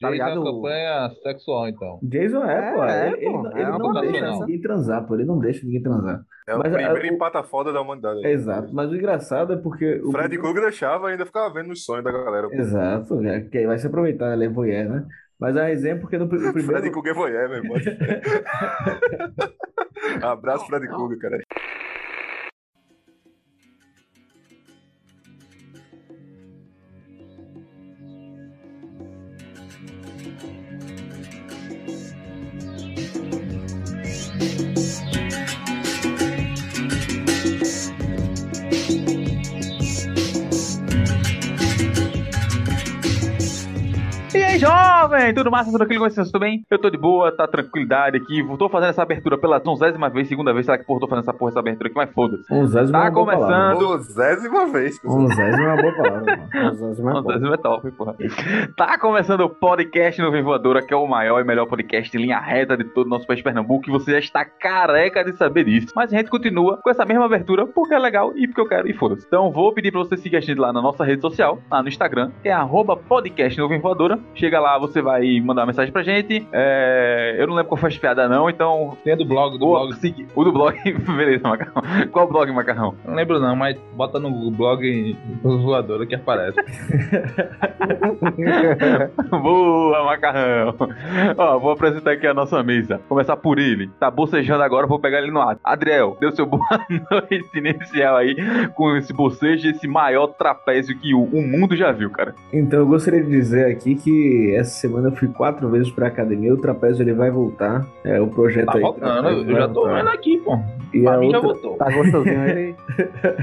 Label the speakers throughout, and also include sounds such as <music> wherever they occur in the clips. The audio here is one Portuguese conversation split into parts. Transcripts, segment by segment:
Speaker 1: tá
Speaker 2: Jason é
Speaker 1: ligado?
Speaker 2: uma campanha sexual, então.
Speaker 3: Jason é,
Speaker 1: É,
Speaker 3: pô.
Speaker 1: é,
Speaker 3: ele, ele
Speaker 1: pô,
Speaker 3: não-
Speaker 1: é
Speaker 3: ele
Speaker 1: uma
Speaker 3: não deixa
Speaker 2: combinação.
Speaker 3: ninguém transar, pô. Ele não deixa ninguém transar.
Speaker 4: É
Speaker 3: Mas,
Speaker 4: o
Speaker 3: ah,
Speaker 4: primeiro
Speaker 3: o-
Speaker 4: empata foda da humanidade.
Speaker 3: Exato. Mas o engraçado é porque. O
Speaker 4: Fred Krueger deixava ainda ficava vendo os sonhos da galera.
Speaker 3: Exato, né? que aí vai se aproveitar, ele é voyeur, né? Mas a resenha é porque no pri- o
Speaker 4: <laughs> Fred
Speaker 3: primeiro.
Speaker 4: Krueger foi é, meu irmão. Abraço, Fred Krueger, cara.
Speaker 5: E aí, jovem? Tudo massa? Tudo tranquilo? Como é que vocês? Tudo bem? Eu tô de boa, tá tranquilidade aqui. Tô fazendo essa abertura pela onzésima vez, segunda vez, será que porra, tô fazendo essa porra, essa abertura aqui, mas foda-se.
Speaker 3: Onzésimo
Speaker 5: Tá
Speaker 3: é uma boa palavra.
Speaker 5: começando.
Speaker 4: Dozésima vez. pessoal.
Speaker 3: Onzésimo é uma boa palavra,
Speaker 2: <laughs>
Speaker 3: mano.
Speaker 5: Onzésima é top, porra. Tá começando o podcast no Vem Voadora, que é o maior e melhor podcast de linha reta de todo o nosso país de Pernambuco, e você já está careca de saber disso. Mas a gente continua com essa mesma abertura, porque é legal e porque eu quero, e foda-se. Então vou pedir pra você seguir a gente lá na nossa rede social, lá no Instagram, que é arroba podcast Nuvem Voadora. Chega lá, você vai mandar uma mensagem pra gente. É, Eu não lembro qual foi a piada não, então...
Speaker 2: Tem a do blog, do
Speaker 5: Boa,
Speaker 2: blog.
Speaker 5: segui- O do blog, <laughs> beleza, Macarrão. Qual blog, Macarrão?
Speaker 2: Não lembro não, mas bota no blog voadora que aparece.
Speaker 5: Boa, macarrão! Ó, vou apresentar aqui a nossa mesa. Começar por ele. Tá bocejando agora, vou pegar ele no ar. Adriel, deu seu <laughs> boa noite inicial aí com esse bocejo, esse maior trapézio que o, o mundo já viu, cara.
Speaker 3: <laughs> Então, eu gostaria de dizer aqui que essa semana eu fui quatro vezes pra academia. O trapézio ele vai voltar. É o projeto
Speaker 2: Tá
Speaker 3: aí.
Speaker 2: voltando,
Speaker 3: trapézio,
Speaker 2: eu
Speaker 3: vai
Speaker 2: já tô
Speaker 3: voltar.
Speaker 2: vendo aqui, pô.
Speaker 3: E
Speaker 2: Pra
Speaker 3: a
Speaker 2: mim já
Speaker 3: outra-
Speaker 2: voltou.
Speaker 1: Tá gostosinho ele.
Speaker 5: <laughs>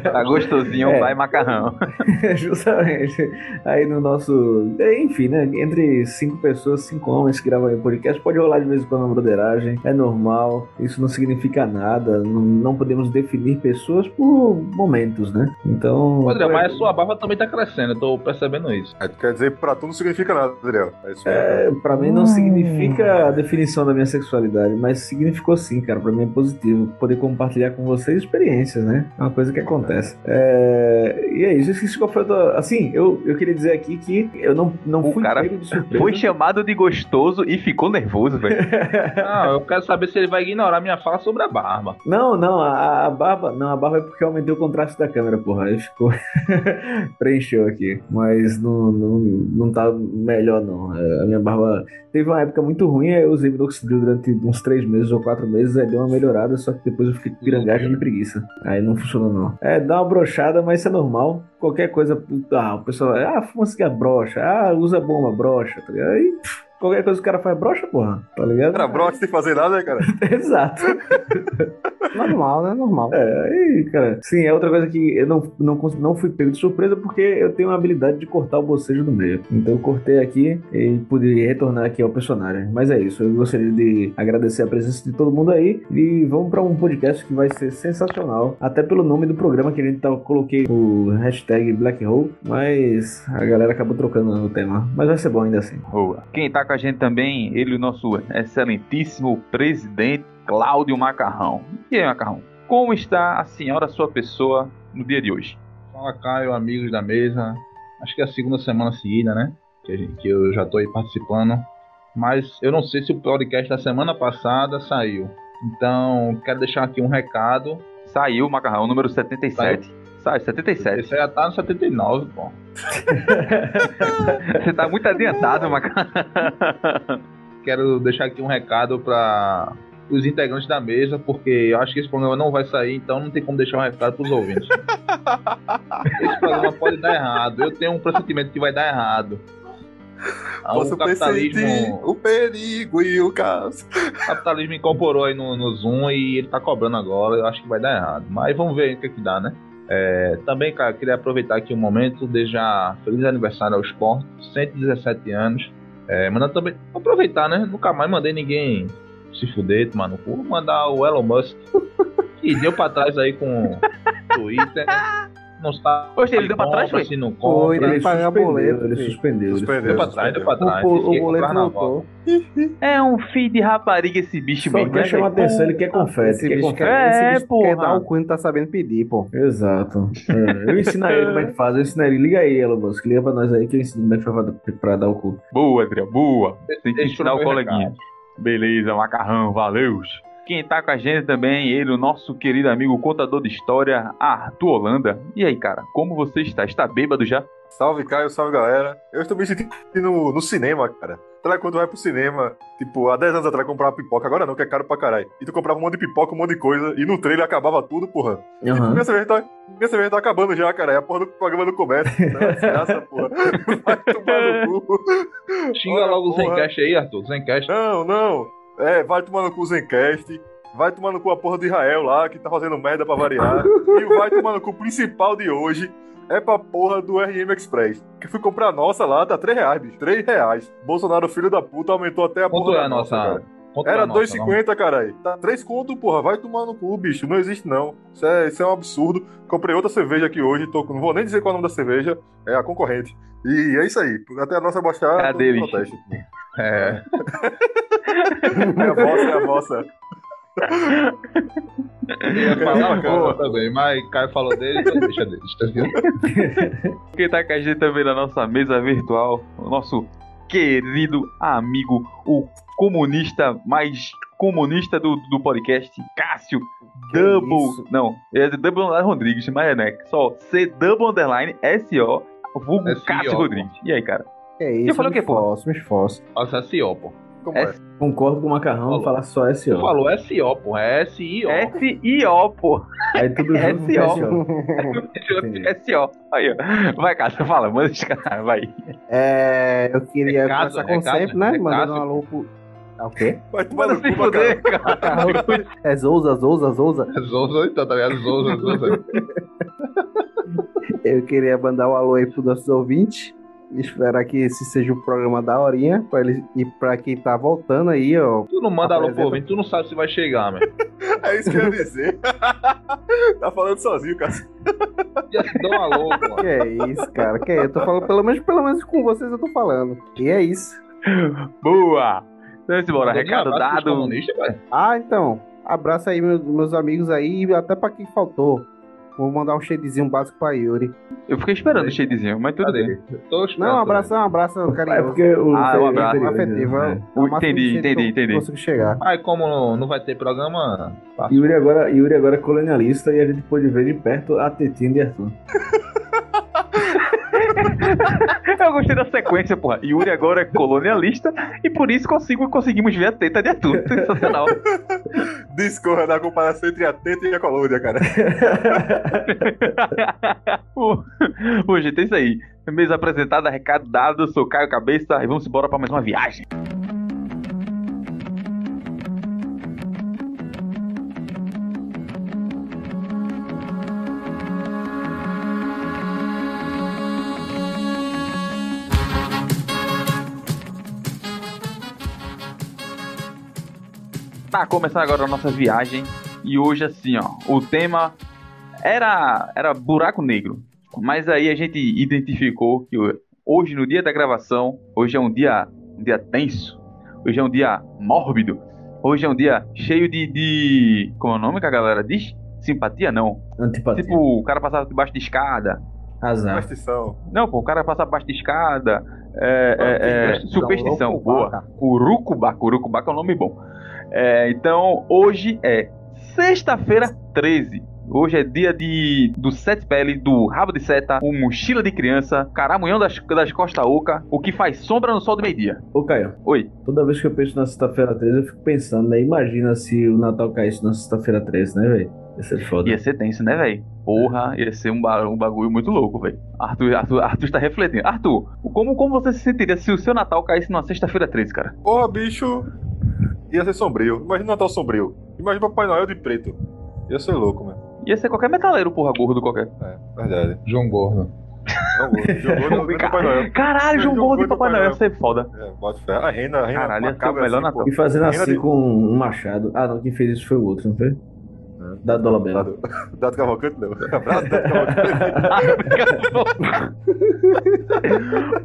Speaker 5: Tá gostosinho,
Speaker 3: É.
Speaker 5: vai, macarrão.
Speaker 3: <laughs> Justamente. Aí no nosso. Enfim, né? Entre cinco pessoas, cinco homens que gravam aí o podcast, pode rolar de vez em quando uma broderagem. É normal. Isso não significa nada. Não, não podemos definir pessoas por momentos, né? Então.
Speaker 2: Pô, André,
Speaker 5: é
Speaker 2: mas a sua barba também tá crescendo, eu tô percebendo isso.
Speaker 4: É, Quer dizer, pra tu não significa nada, Adriel. É isso mesmo.
Speaker 3: É, pra mim não
Speaker 5: Hum.
Speaker 3: significa a definição da minha sexualidade, mas significou sim, cara. Pra mim é positivo poder compartilhar com vocês experiências, né? É uma coisa que acontece. É, e é isso. Eu esqueci qual foi a tua... Assim, eu, eu queria dizer aqui que eu não, não
Speaker 5: O
Speaker 3: fui
Speaker 5: cara
Speaker 3: pego de surpresa.
Speaker 5: Foi chamado de gostoso e ficou nervoso,
Speaker 2: <laughs>
Speaker 5: velho.
Speaker 2: Não, Ah, eu quero saber se ele vai ignorar minha fala sobre a barba.
Speaker 3: Não, não, a, a barba. Não, a barba é porque eu aumentei o contraste da câmera, porra. Aí ficou. <laughs> Preencheu aqui. Mas não, não, não tá melhor, não. É, A minha barba. Teve uma época muito ruim, aí eu usei minoxidil durante uns três meses ou quatro meses, aí deu uma melhorada, só que depois eu fiquei com piranguagem de preguiça. Aí não funcionou, não. É, dá uma brochada, mas isso é normal. Qualquer coisa. Ah, o pessoal. Ah, fuma cigarro, brocha. Ah, usa bomba, brocha. Tá ligado? Aí. pff, Qualquer coisa que o cara faz brocha, porra. Tá ligado?
Speaker 4: Era brote sem fazer nada, né,
Speaker 3: Tá
Speaker 4: cara?
Speaker 3: <laughs> Exato.
Speaker 1: Normal, né? Normal.
Speaker 3: É, aí, cara. Sim, é outra coisa que eu não, não, cons- não fui pego de surpresa porque eu tenho a habilidade de cortar o bocejo no meio. Então eu cortei aqui e pude retornar aqui ao personagem. Mas é isso. Eu gostaria de agradecer a presença de todo mundo aí e vamos pra um podcast que vai ser sensacional. Até pelo nome do programa que a gente tá, coloquei o hashtag Black Hole, mas a galera acabou trocando o tema. Mas vai ser bom ainda assim.
Speaker 5: Boa. Quem tá com a gente também, ele, o nosso excelentíssimo presidente, Cláudio Macarrão. E aí, Macarrão? Como está a senhora, sua pessoa, no dia de hoje?
Speaker 2: Fala, Caio, amigos da mesa. Acho que é a segunda semana seguida, né? Que, a gente- que eu já tô aí participando. Mas eu não sei se o podcast da semana passada saiu. Então, quero deixar aqui um recado.
Speaker 5: Saiu o macarrão, número 77. Saiu, 77.
Speaker 2: Esse aí já tá no 79, pô.
Speaker 5: Você tá muito adiantado, macarrão.
Speaker 2: Quero deixar aqui um recado para os integrantes da mesa, porque eu acho que esse programa não vai sair, então não tem como deixar um recado pros ouvintes. esse programa pode dar errado. Eu tenho um pressentimento que vai dar errado. Ah,
Speaker 4: Posso
Speaker 2: o capitalismo.
Speaker 4: pressentir o perigo e o caos.
Speaker 2: O capitalismo incorporou aí no, no Zoom e ele tá cobrando agora. Eu acho que vai dar errado. Mas vamos ver aí o que, que dá, né? É, também, cara, queria aproveitar aqui o momento, desejar feliz aniversário ao esporte, 117 anos. É, mandar também. Aproveitar, né? Nunca mais mandei ninguém se fuder, tomar no
Speaker 5: <laughs>
Speaker 2: cu. Vou Mandar o Elon Musk, que deu pra trás aí com o Twitter. não sabe.
Speaker 5: Oxe, ele
Speaker 2: se
Speaker 5: deu pra trás, foi?
Speaker 2: compra, Se não
Speaker 1: Foi,
Speaker 2: compra.
Speaker 1: Tem que
Speaker 3: Ele
Speaker 1: pagar
Speaker 3: suspendeu,
Speaker 1: boleto,
Speaker 3: ele
Speaker 1: filho.
Speaker 3: suspendeu. ele
Speaker 4: Suspendeu.
Speaker 2: Deu pra
Speaker 3: suspendeu.
Speaker 2: trás, deu pra trás.
Speaker 1: O,
Speaker 2: Disse tá, que
Speaker 1: o
Speaker 2: ia
Speaker 1: boleto
Speaker 2: comprar na volta.
Speaker 1: voltou.
Speaker 2: tá
Speaker 5: É um filho de rapariga esse bicho
Speaker 3: Só
Speaker 5: mesmo. né,
Speaker 3: quer chamar
Speaker 5: velho?
Speaker 3: atenção, ele quer é confete,
Speaker 1: Esse
Speaker 3: quer
Speaker 1: bicho,
Speaker 3: confete.
Speaker 1: quer,
Speaker 5: É,
Speaker 1: esse bicho
Speaker 5: porra.
Speaker 1: quer dar o cu e não tá sabendo pedir, pô.
Speaker 3: Exato. É, eu ensinaria ele como é que faz. Eu ensinaria. Liga aí, Elon Musk. Liga pra nós aí que eu ensino como é que faz pra- pra dar o cu.
Speaker 5: Boa, Adriel, boa. Tem que
Speaker 2: Deixa eu
Speaker 5: ensinar o
Speaker 2: ver
Speaker 5: coleguinha. Beleza, macarrão, valeu. Quem tá com a gente também, ele, o nosso querido amigo contador de história, Arthur Holanda. E aí, cara, como você está? Está bêbado já?
Speaker 4: Salve, Caio, salve, galera. Eu estou me sentindo no, no cinema, cara. Será quando vai pro cinema, tipo, há 10 anos atrás comprava pipoca, agora não, que é caro pra caralho. E tu comprava um monte de pipoca, um monte de coisa, e no trailer acabava tudo, porra.
Speaker 3: Aham.
Speaker 4: Minha cerveja tá, minha cerveja tá acabando já, cara. E a porra do programa não começa. Tá <laughs> desgraça, porra. Vai tomar no cu.
Speaker 2: Xinga
Speaker 4: Olha,
Speaker 2: logo o
Speaker 4: porra.
Speaker 2: Zencast aí, Arthur. Zencast.
Speaker 4: Não, não. É, vai tomar no cu o Zencast. Vai tomar no cu a porra do Israel lá, que tá fazendo merda pra variar. e o vai tomar no cu principal de hoje é pra porra do RM Express. Que eu fui comprar a nossa lá, tá 3 reais, bicho. 3 reais. Bolsonaro, filho da puta, aumentou até a
Speaker 2: Quanto
Speaker 4: porra
Speaker 2: é
Speaker 4: da
Speaker 2: a
Speaker 4: nossa,
Speaker 2: nossa?
Speaker 4: cara.
Speaker 2: quanto é a
Speaker 4: Era
Speaker 2: nossa,
Speaker 4: 2,50, caralho. Tá 3 conto, porra. Vai tomar no cu, bicho. Não existe, não. Isso é, isso é um absurdo. Comprei outra cerveja aqui hoje. Tô, com- não vou nem dizer qual é o nome da cerveja. É a concorrente. E é isso aí. Até a nossa baixar.
Speaker 5: Cadê,
Speaker 4: todo
Speaker 5: bicho?
Speaker 4: protesto.
Speaker 2: não?
Speaker 1: <laughs>
Speaker 2: É.
Speaker 4: É a vossa, é a
Speaker 2: <laughs>
Speaker 4: vossa.
Speaker 2: Eu ia falar
Speaker 4: Caramba,
Speaker 2: bacana
Speaker 4: cara.
Speaker 2: também, mas Caio falou dele, então deixa dele. Tá vendo?
Speaker 5: Quem tá com a gente também na nossa mesa virtual, o nosso querido amigo, o comunista mais comunista do, do podcast, Cássio Double.
Speaker 3: isso?
Speaker 5: Não, é Double Underline Rodrigues, mas é, né? Só C Double Underline S.O. Vulgo
Speaker 2: S.O.,
Speaker 5: Cássio
Speaker 2: pô.
Speaker 5: Rodrigues. E aí, cara?
Speaker 1: É isso,
Speaker 5: falou
Speaker 1: me
Speaker 5: que, pô?
Speaker 1: esforço, me esforço.
Speaker 2: Nossa, S.O., pô.
Speaker 4: Como é?
Speaker 3: Concordo com o macarrão, vou falar só esse
Speaker 2: Tu
Speaker 3: ó.
Speaker 2: falou S.O., pô. É S.I.O.
Speaker 5: S.I.O., pô.
Speaker 3: Aí tudo
Speaker 5: É
Speaker 3: junto
Speaker 5: S.O.
Speaker 3: fica ó. Entendi.
Speaker 5: S.O. Aí, ó. Vai, Cássio, fala, manda esse cara, vai.
Speaker 1: É, eu queria
Speaker 2: É caso,
Speaker 1: começar
Speaker 2: é
Speaker 1: com
Speaker 2: caso,
Speaker 1: sempre, né?
Speaker 2: é
Speaker 1: Mandando
Speaker 2: caso.
Speaker 1: uma louco. Ah, o quê?
Speaker 4: Vai tomar
Speaker 5: Manda
Speaker 4: no
Speaker 5: se
Speaker 4: cu, macarrão.
Speaker 5: fuder, cara.
Speaker 1: É Zouza, Zouza, Zouza.
Speaker 2: <laughs> Zouza, então, tá ligado? Zouza, Zouza.
Speaker 1: Eu queria mandar um alô aí pros nossos ouvintes. Esperar que esse seja o programa da horinha. Pra eles, e pra quem tá voltando aí, ó.
Speaker 2: <laughs> Tu não manda alô pro
Speaker 1: Apresenta.
Speaker 2: ouvinte, tu não sabe se vai chegar, meu.
Speaker 4: É isso que eu ia dizer. <laughs> tá falando sozinho, cara.
Speaker 2: Já se dá um alô, pô.
Speaker 1: Que é isso, cara? Que é? Eu tô falando, pelo menos, pelo menos com vocês eu tô falando. E é isso.
Speaker 5: Boa! Então, simbora,
Speaker 2: Mandou nem
Speaker 5: recado
Speaker 2: um abraço pros
Speaker 5: dado.
Speaker 2: comunistas, velho.
Speaker 1: Ah, então. Abraço aí, meus, meus amigos aí, e até pra quem faltou. Vou mandar um shadezinho básico pra Yuri.
Speaker 5: Eu fiquei esperando o shadezinho, mas tudo bem.
Speaker 2: Cadê? Tô esperando.
Speaker 1: Não, um abraço, um abraço
Speaker 3: É
Speaker 1: carinhoso.
Speaker 3: porque o.
Speaker 5: Ah, um abraço.
Speaker 1: afetivo. é
Speaker 3: É.
Speaker 1: o máximo
Speaker 5: Entendi,
Speaker 1: de shade que eu
Speaker 5: entendi, entendi.
Speaker 1: Consigo chegar.
Speaker 2: Aí, né? como não- não vai ter programa, passa.
Speaker 3: Yuri agora, Yuri agora é colonialista e a gente pôde ver de perto a tetinha de Arthur.
Speaker 5: Eu gostei da sequência, porra. Yuri agora é colonialista e por isso consigo, conseguimos ver a teta de Arthur. Sensacional.
Speaker 4: Discorra da comparação entre a teta e a colônia, cara.
Speaker 5: <laughs> Bom, bom, gente, é isso aí. Mesa apresentada, recado dado. Eu sou Caio Cabeça e vamos embora pra mais uma viagem. Tá começando agora a nossa viagem e hoje assim, ó, o tema era era buraco negro, mas aí a gente identificou que hoje no dia da gravação, hoje é um dia um dia tenso, hoje é um dia mórbido, hoje é um dia cheio de, de como é o nome que a galera diz? Simpatia não.
Speaker 3: Antipatia.
Speaker 5: Tipo, o cara passava debaixo de escada,
Speaker 3: Azar.
Speaker 4: Prestição.
Speaker 5: não, pô, o cara passa abaixo de escada. É, é,
Speaker 2: um
Speaker 5: é, superstição,
Speaker 1: Louco,
Speaker 5: boa.
Speaker 1: vaca.
Speaker 5: Urucubaca, Urucubaca é um nome bom. É, então, hoje é sexta-feira 13. Hoje é dia de, do sete pele, do rabo de seta, o mochila de criança, caramunhão das, das costas oca, o que faz sombra no sol do meio-dia.
Speaker 3: Ô, Caio,
Speaker 5: Oi,
Speaker 3: toda vez que eu penso na sexta-feira 13, eu fico pensando, né? Imagina se o Natal caísse na sexta-feira 13, né, velho? Ia ser foda.
Speaker 5: ia ser tenso, né, velho? Porra, ia ser um, ba- um bagulho muito louco, velho. Arthur, Arthur, Arthur está refletindo. Arthur, como, como você se sentiria se o seu Natal caísse numa sexta-feira 13, cara?
Speaker 4: Porra, bicho. Ia ser sombrio. Imagina o Natal sombrio. Imagina o Papai Noel de preto. Ia ser louco, mano.
Speaker 5: Ia ser qualquer metaleiro, porra, gordo qualquer.
Speaker 4: É, verdade.
Speaker 2: João Gordo.
Speaker 4: Jogou, jogou no,
Speaker 3: <laughs>
Speaker 4: no Papai Noel.
Speaker 5: Caralho, João
Speaker 4: Jogou
Speaker 5: Gordo e
Speaker 4: no
Speaker 5: Papai
Speaker 4: Papai
Speaker 5: Noel,
Speaker 4: Noel.
Speaker 5: você é foda.
Speaker 4: É, bota fé. A renda, a renda
Speaker 5: Caralho, ia ser o
Speaker 4: macabra
Speaker 5: melhor
Speaker 4: assim, pô.
Speaker 3: E fazendo
Speaker 4: Era
Speaker 3: assim
Speaker 4: de-
Speaker 3: com um machado. Ah, não, quem fez isso foi o outro, não foi? Da Dolabella.
Speaker 5: <laughs>
Speaker 4: Dado, Dado
Speaker 3: <laughs>
Speaker 4: Cavalcante, não. Abraço, Dado Cavalcante.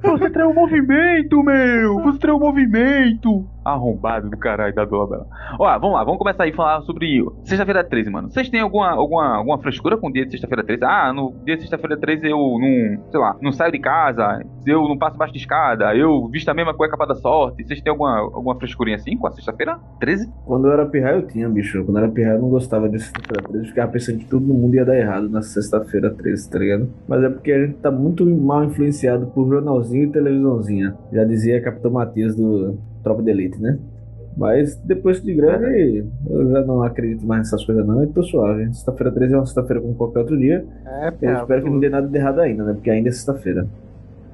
Speaker 5: Você traiu o movimento, meu! Você traiu o movimento! Arrombado do caralho da dobra. Ó, vamos lá, vamos começar aí a falar sobre sexta-feira 13, mano. Vocês têm alguma, alguma, alguma frescura com o dia de sexta-feira 13? Ah, no dia de sexta-feira 13 eu não, sei lá, não saio de casa, eu não passo baixo de escada, eu visto a mesma cueca pra dar sorte. Vocês têm alguma, alguma frescurinha assim com a sexta-feira 13?
Speaker 3: Quando eu era pirraia, eu tinha, bicho. Quando eu era pirraia, eu não gostava de sexta-feira 13. Eu ficava pensando que todo mundo ia dar errado na sexta-feira 13, tá ligado? Mas é porque a gente tá muito mal influenciado por jornalzinho e televisãozinha. Já dizia Capitão Matias do Tropa de Elite, né? Mas depois de grande, eu já não acredito mais nessas coisas, não. E tô suave. Sexta-feira 13 é uma sexta-feira como qualquer outro dia.
Speaker 1: É,
Speaker 3: Eu
Speaker 1: piada.
Speaker 3: espero que não dê nada de errado ainda, né? Porque ainda é sexta-feira.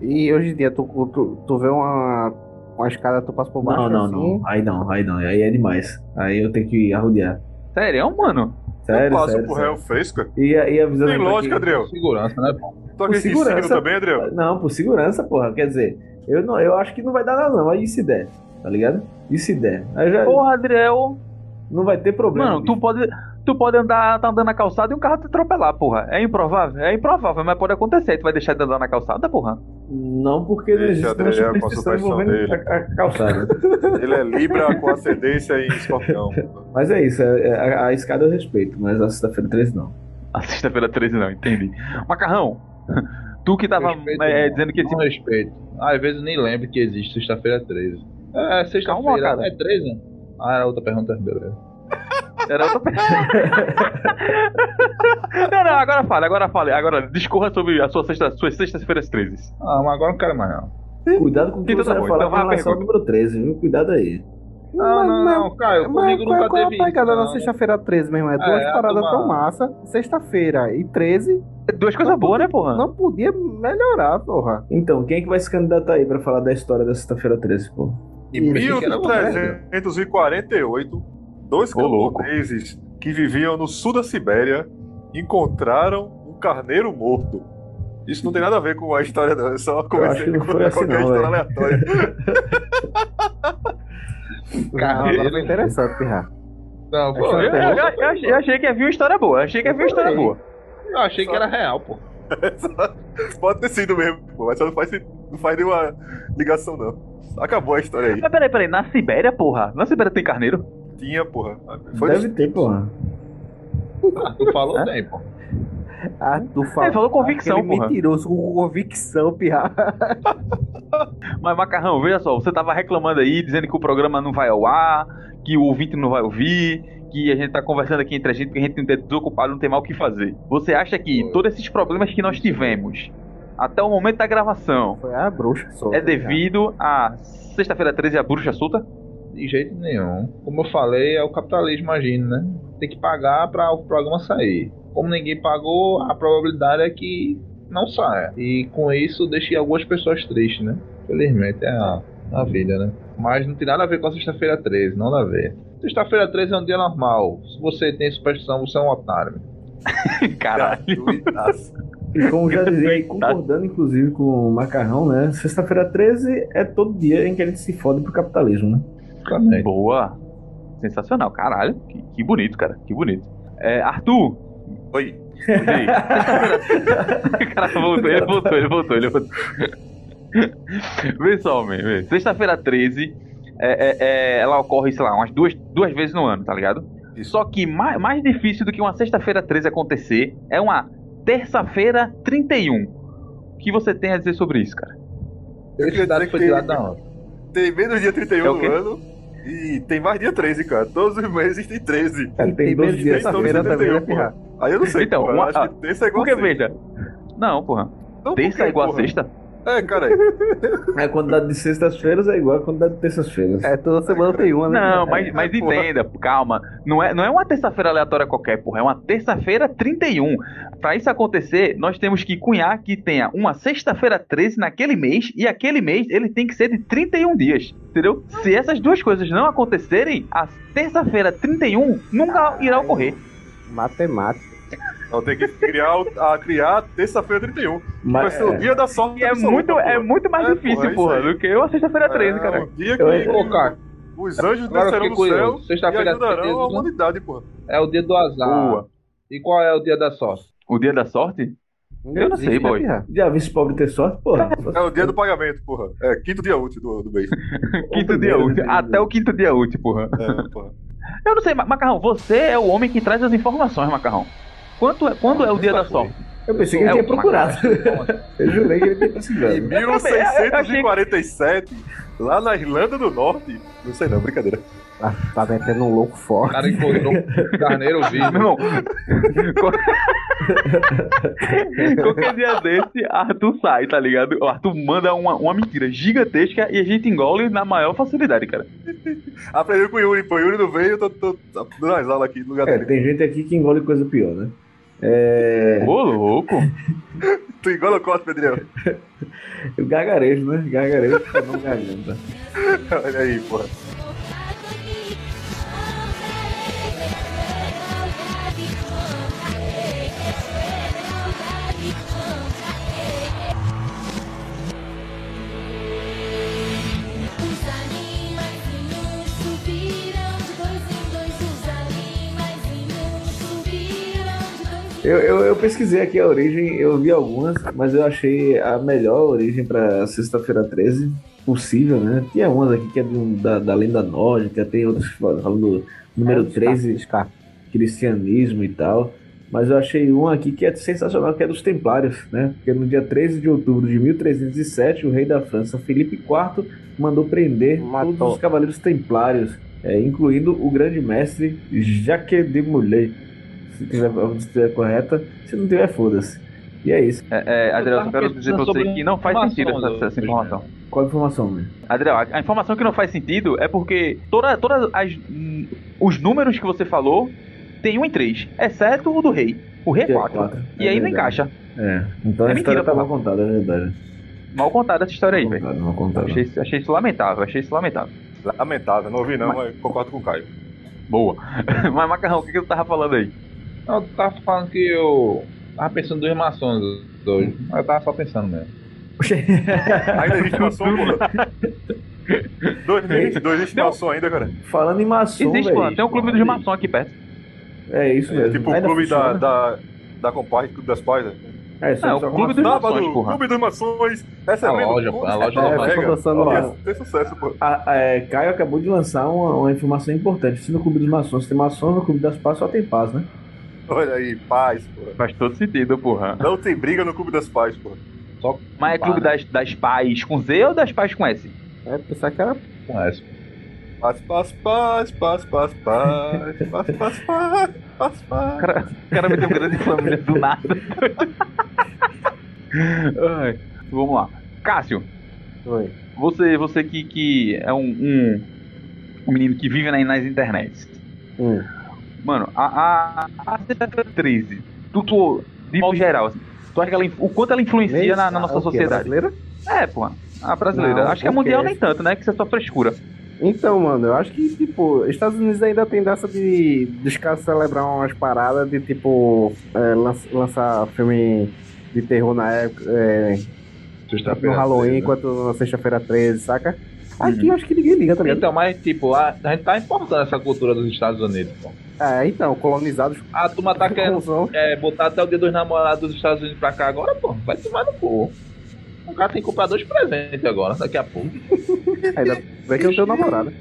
Speaker 1: E hoje em dia, tu, tu, tu vê uma, uma escada, tu passa por baixo
Speaker 3: Não,
Speaker 4: é
Speaker 3: não,
Speaker 1: assim.
Speaker 3: não. Aí não, aí não. Aí é demais. Aí eu tenho que arrodear.
Speaker 5: Sério, mano?
Speaker 3: Sério,
Speaker 4: eu Um passo
Speaker 3: sério.
Speaker 4: por
Speaker 3: sério.
Speaker 4: réu fresco. é?
Speaker 3: E, e avisando
Speaker 4: Tem
Speaker 3: pra
Speaker 4: lógica,
Speaker 3: quem-
Speaker 4: Adriel.
Speaker 2: Segurança, né, pô?
Speaker 4: Tu acredita em signo
Speaker 3: segurança.
Speaker 4: também, Adriel?
Speaker 3: Não, por segurança, porra. Quer dizer, eu, não, eu acho que não vai dar nada, não. Mas e se der? Tá ligado? E se der? Aí já
Speaker 5: Porra, Adriel!
Speaker 3: não vai ter problema.
Speaker 5: Mano, tu pode, tu pode andar, tá andando na calçada e um carro te atropelar, porra. É improvável? É improvável, mas pode acontecer. Tu vai deixar de andar na calçada, porra? <laughs>
Speaker 3: Não porque não
Speaker 4: Deixa
Speaker 3: existe uma
Speaker 4: Adriel com a
Speaker 3: superstição
Speaker 4: superstição
Speaker 3: envolvendo
Speaker 4: dele.
Speaker 3: a, a calçada.
Speaker 4: Ele é Libra com ascendência em escorpião.
Speaker 3: mas é isso, é- é- a, a escada eu respeito, mas a sexta-feira 13 não.
Speaker 5: A sexta-feira 13 não, entendi. Macarrão, <laughs> tu que tava
Speaker 2: Respeito,
Speaker 5: é,
Speaker 2: irmão.
Speaker 5: dizendo que esse...
Speaker 2: Não respeito. Às vezes eu nem lembro que existe sexta-feira 13. É,
Speaker 5: Calma,
Speaker 2: sexta-feira.
Speaker 5: cara.
Speaker 2: É 13? Ah, era outra pergunta, beleza.
Speaker 5: era outra pessoa. <laughs> Não, não, agora fala, agora fala. Agora discorra sobre a sua sexta, suas sextas-feiras 13.
Speaker 2: Ah, mas agora eu não quero mais não.
Speaker 3: Cuidado com o que
Speaker 5: Então
Speaker 3: você
Speaker 5: tá
Speaker 3: vai
Speaker 5: bom,
Speaker 3: falar
Speaker 5: então
Speaker 3: com
Speaker 5: vai a
Speaker 3: relação ao
Speaker 5: pergunta.
Speaker 3: número 13, viu? Cuidado aí.
Speaker 2: Não, Ah, não, não, Caio, comigo
Speaker 1: qual,
Speaker 2: nunca
Speaker 1: qual
Speaker 2: teve
Speaker 1: é a pegada
Speaker 2: isso,
Speaker 1: da
Speaker 2: não.
Speaker 1: sexta-feira 13 mesmo? É
Speaker 2: Ah,
Speaker 1: duas
Speaker 2: é,
Speaker 1: paradas
Speaker 2: uma-
Speaker 1: tão massa. Sexta-feira e 13
Speaker 5: Duas coisas boas, né, porra?
Speaker 1: não podia melhorar, porra.
Speaker 3: Então, quem é que vai se candidatar aí pra falar da história da sexta-feira 13, pô?
Speaker 1: E
Speaker 2: Por isso que era outra pergunta.
Speaker 4: 1348, dois
Speaker 5: Ô, louco.
Speaker 4: camponeses que viviam no sul da Sibéria encontraram um carneiro morto. Isso não tem nada a ver com a história, não. Eu só comecei
Speaker 3: que não
Speaker 4: a
Speaker 3: foi
Speaker 4: contar
Speaker 3: assim,
Speaker 4: qualquer
Speaker 3: não,
Speaker 4: história
Speaker 3: velho.
Speaker 4: aleatória. <laughs>
Speaker 1: Caralho, agora foi interessante, pirra.
Speaker 2: Não, pô,
Speaker 1: Essa é
Speaker 5: Eu,
Speaker 2: eu,
Speaker 5: eu- eu- eu achei- eu achei que havia uma história boa. Achei que havia uma história
Speaker 1: também.
Speaker 5: boa.
Speaker 2: eu achei que era real, pô.
Speaker 4: Pode ter sido mesmo, pô, mas só não faz, não faz nenhuma ligação, não. Acabou a história aí.
Speaker 5: Mas peraí, peraí, na Sibéria, porra. Na Sibéria tem carneiro?
Speaker 4: Tinha, porra. Foi
Speaker 3: Deve ter, porra.
Speaker 2: Ah, tu falou
Speaker 1: É?
Speaker 2: tem, pô.
Speaker 1: Ah, tu fala.
Speaker 5: Ele falou convicção,
Speaker 1: Aquele
Speaker 5: porra.
Speaker 1: mentiroso com convicção, pirra.
Speaker 5: Mas, Macarrão, veja só, você tava reclamando aí, dizendo que o programa não vai ao ar, que o ouvinte não vai ouvir, que a gente tá conversando aqui entre a gente, que a gente não é desocupado, não tem mal o que fazer. Você acha que todos esses problemas que nós tivemos até o momento da gravação
Speaker 1: Foi a bruxa só.
Speaker 5: é devido a sexta-feira 13 a bruxa solta? <laughs>
Speaker 2: De jeito nenhum. Como eu falei, é o capitalismo agindo, né? Tem que pagar pra o programa sair. Como ninguém pagou, a probabilidade é que não saia. E com isso deixei algumas pessoas tristes, né? Felizmente é a, a vida, né? Mas não tem nada a ver com a sexta-feira 13, não dá a ver. Sexta-feira 13 é um dia normal. Se você tem superstição, você é um otário.
Speaker 5: Caralho.
Speaker 4: Gratuitaço.
Speaker 3: E como já dizia,
Speaker 5: <laughs> Tá.
Speaker 3: aí, concordando inclusive com o Macarrão, né? Sexta-feira 13 é todo dia em que a gente se fode pro capitalismo, né?
Speaker 2: Também.
Speaker 5: Boa. Sensacional, caralho. Que, que bonito, cara, que bonito. É, Arthur,
Speaker 4: Oi.
Speaker 5: Voltei.
Speaker 4: <laughs>
Speaker 5: o cara voltou, ele voltou, ele voltou, ele voltou. Vê só, man, vê. Sexta-feira 13, é, é, é, ela ocorre, sei lá, umas duas, duas vezes no ano, tá ligado?
Speaker 4: Isso.
Speaker 5: Só que mais, mais difícil do que uma sexta-feira 13 acontecer é uma terça-feira 31. O que você tem a dizer sobre isso, cara?
Speaker 2: Felicidade foi de lado da onde?
Speaker 4: Tem menos dia 31
Speaker 5: É o
Speaker 4: no
Speaker 5: quê?
Speaker 4: ano e tem mais dia 13, cara. Todos os meses tem 13.
Speaker 3: Cara, tem 12
Speaker 1: Tem menos de
Speaker 3: dias.
Speaker 4: sexta-
Speaker 1: terça-feira
Speaker 4: Tem dois
Speaker 1: também, né,
Speaker 4: dias,
Speaker 1: pirra?
Speaker 4: Aí eu não sei,
Speaker 5: Então,
Speaker 4: então, porra.
Speaker 5: uma-
Speaker 4: acho que terça é igual
Speaker 5: Porque,
Speaker 4: a sexta.
Speaker 5: veja. Não, porra.
Speaker 4: Não, por
Speaker 5: Terça
Speaker 4: quê,
Speaker 5: é igual a
Speaker 4: porra?
Speaker 5: sexta?
Speaker 4: É, cara.
Speaker 3: A quantidade de sextas-feiras é igual à quantidade de terças-feiras.
Speaker 1: É, toda semana tem uma, né?
Speaker 5: Não,
Speaker 1: pirra?
Speaker 5: mas, mas
Speaker 4: porra.
Speaker 5: entenda, calma. Não é, não é uma terça-feira aleatória qualquer, porra. É uma terça-feira 31. Pra isso acontecer, nós temos que cunhar que tenha uma sexta-feira 13 naquele mês e aquele mês ele tem que ser de 31 dias. Entendeu? Se essas duas coisas não acontecerem, a terça-feira 31 nunca irá ocorrer.
Speaker 1: É, Matemática.
Speaker 4: Não, tem que criar, o- a, criar a terça-feira 31. Vai
Speaker 3: Mas
Speaker 4: ser o dia da sorte
Speaker 5: E é
Speaker 4: absoluta,
Speaker 5: muito,
Speaker 4: porra.
Speaker 5: é muito mais
Speaker 4: É, porra,
Speaker 5: difícil,
Speaker 4: é
Speaker 5: porra,
Speaker 4: isso aí.
Speaker 5: do que eu a sexta-feira 13,
Speaker 4: É,
Speaker 5: cara.
Speaker 4: o dia
Speaker 3: Eu-
Speaker 4: que
Speaker 2: Ô, cara, é
Speaker 4: Os anjos
Speaker 2: Agora eu
Speaker 4: descerão do
Speaker 2: fiquei
Speaker 4: céu
Speaker 2: curioso.
Speaker 4: e
Speaker 2: Sexta-feira é
Speaker 4: ajudarão a
Speaker 2: 13, né?
Speaker 4: humanidade, porra.
Speaker 2: É o dia do azar.
Speaker 5: Boa.
Speaker 2: E qual é o dia da sorte?
Speaker 5: O dia da sorte? Eu não sei, boy.
Speaker 3: Já vi esse pobre ter sorte, porra.
Speaker 4: É o dia do pagamento, porra. É, quinto dia útil do, do mês.
Speaker 5: Quinto dia
Speaker 3: primeiro,
Speaker 5: útil.
Speaker 3: né?
Speaker 5: Até o quinto dia útil, porra.
Speaker 4: É,
Speaker 5: <laughs>
Speaker 4: porra.
Speaker 5: Eu não sei, Ma- Macarrão, você é o homem que traz as informações, Macarrão. Quanto é- quando é o dia da sorte?
Speaker 3: Eu pensei que ele
Speaker 5: É,
Speaker 3: tinha
Speaker 5: o
Speaker 3: procurado. Eu jurei que ele tinha
Speaker 4: Em <laughs>
Speaker 3: pesquisado.
Speaker 4: 1647, lá na Irlanda do Norte. Não sei não, brincadeira.
Speaker 1: Tá, tá metendo um louco
Speaker 2: O
Speaker 1: forte.
Speaker 2: cara encontrou um carneiro
Speaker 5: Ah, meu
Speaker 2: vivo.
Speaker 5: irmão. Qual- <laughs> Qualquer dia desse, Arthur sai, tá ligado? O Arthur manda uma, uma mentira gigantesca e a gente engole na maior facilidade, cara.
Speaker 4: Aprendeu com o Yuri, pô. Yuri não veio, eu tô, tô, tô dando as aulas aqui no lugar
Speaker 3: É,
Speaker 4: dele.
Speaker 3: tem gente aqui que engole coisa pior, né? É.
Speaker 5: Ô, louco.
Speaker 4: Tu igual o corte, Pedrinho.
Speaker 3: Eu gargarejo, né? Gargarejo pra não garganta.
Speaker 4: <laughs> Olha aí, porra.
Speaker 6: Os animaizinhos subiram de dois em dois. Os animaizinhos subiram de dois em dois.
Speaker 3: Eu, eu, eu pesquisei aqui a origem, eu vi algumas, mas eu achei a melhor origem pra sexta-feira 13 possível, né? Tinha umas aqui que é de um- da, da lenda nórdica, tem outras que falam do número 13, cristianismo e tal. Mas eu achei uma aqui que é sensacional, que é dos Templários, né? Porque no dia 13 de outubro de 1307, o rei da França, Felipe IV, mandou prender
Speaker 1: Matou.
Speaker 3: todos os cavaleiros templários, é, incluindo o grande mestre Jacques de Molay. Se tiver a pronúncia correta, se não tiver, foda-se. E é isso.
Speaker 5: É, é, Adriel, eu
Speaker 2: tava
Speaker 5: quero dizer pra você
Speaker 2: pensando
Speaker 5: que não faz
Speaker 2: sobre
Speaker 5: sentido
Speaker 2: informação
Speaker 5: essa, essa
Speaker 2: do-
Speaker 5: informação.
Speaker 3: Qual a informação, né?
Speaker 5: Adriel, a, a informação que não faz sentido é porque toda, todas as. hum, Os números que você falou tem um em três, exceto o do rei. O rei é
Speaker 3: Dia
Speaker 5: 4.
Speaker 3: quatro.
Speaker 5: E
Speaker 3: É
Speaker 5: aí não
Speaker 3: verdade.
Speaker 5: encaixa.
Speaker 3: É, então
Speaker 5: É
Speaker 3: a história
Speaker 5: mentira,
Speaker 3: tá
Speaker 5: porra.
Speaker 3: mal contada, é verdade.
Speaker 5: Mal contada essa história aí, velho.
Speaker 3: Contada, mal contada.
Speaker 5: Achei, isso- achei isso lamentável, achei isso lamentável. <laughs>
Speaker 4: Lamentável, não ouvi não, mas concordo com o Caio.
Speaker 5: Boa. Mas, Macarrão, o que, que eu tava falando aí?
Speaker 2: Eu tava falando que eu tava pensando dos maçons hoje. Mas eu tava só pensando mesmo.
Speaker 4: Ainda existe maçom, porra. 2022 existe maçom ainda, cara.
Speaker 3: Falando em maçom,
Speaker 5: Existe,
Speaker 3: velho.
Speaker 5: mano. Tem um clube dos maçons aqui perto.
Speaker 3: É isso
Speaker 4: É
Speaker 3: mesmo.
Speaker 4: tipo o
Speaker 3: Ainda
Speaker 4: clube da,
Speaker 3: funciona?
Speaker 4: da, da Compadre, Clube das Pais. né?
Speaker 3: É, só-
Speaker 5: Não, o
Speaker 3: só
Speaker 5: clube dos
Speaker 4: Sábado,
Speaker 5: maçons, porra.
Speaker 4: Clube dos Maçons. Essa é
Speaker 2: A
Speaker 4: lenda do
Speaker 2: loja,
Speaker 4: clube.
Speaker 2: a loja
Speaker 1: da
Speaker 4: É, Pega.
Speaker 1: maçã dançando
Speaker 4: Ia
Speaker 1: lá.
Speaker 4: ter sucesso, pô.
Speaker 3: A- a- é, Caio acabou de lançar uma, uma informação importante. Se no Clube dos Maçons tem maçons, no Clube das Paz só tem paz, né?
Speaker 4: Olha aí, paz, pô.
Speaker 5: Faz todo sentido, porra.
Speaker 4: Não tem briga no Clube das Pais, pô.
Speaker 5: Mas é clube das, das pais com Z ou das pais com S?
Speaker 1: É, pensar que era
Speaker 2: Com essa.
Speaker 4: Paz, paz, paz, paz, paz, paz, paz, paz, paz, paz, paz.
Speaker 5: O cara <laughs> me deu grande família do <laughs> nada. Ai, vamos lá. Cássio,
Speaker 1: Oi.
Speaker 5: você, você que, que é um, um, um menino que vive na- nas internets.
Speaker 1: Hum.
Speaker 5: Mano, a, a, a sexta-feira 13, tu, tu, de modo geral, assim, tu acha que ela, inf- o quanto ela influencia na, na
Speaker 1: Ah,
Speaker 5: nossa
Speaker 1: o quê?
Speaker 5: sociedade?
Speaker 1: Brasileira?
Speaker 5: É, pô, a brasileira.
Speaker 1: Não,
Speaker 5: acho que a
Speaker 1: porque-
Speaker 5: mundial nem tanto, né? Que isso é só frescura.
Speaker 1: Então, mano, eu acho que, tipo, Estados Unidos ainda tem dessa de dos caras celebrar umas paradas de, tipo, é, lan- lançar filme de terror na época, é, no
Speaker 5: um
Speaker 2: Sexta-feira.
Speaker 1: Halloween,
Speaker 2: treze, né?
Speaker 1: enquanto na sexta-feira 13, saca? Aqui eu acho que ninguém liga, tá ligado?
Speaker 2: Então, mas tipo, a, a gente tá importando essa cultura dos Estados Unidos, pô.
Speaker 1: É, então, colonizados
Speaker 2: A turma tá querendo
Speaker 1: com som.
Speaker 2: é, botar até o dia dos namorados dos Estados Unidos pra cá agora, pô. Vai tomar no cu. O cara tem que comprar dois presentes agora, daqui a pouco.
Speaker 1: Ainda bem que eu não tenho namorada.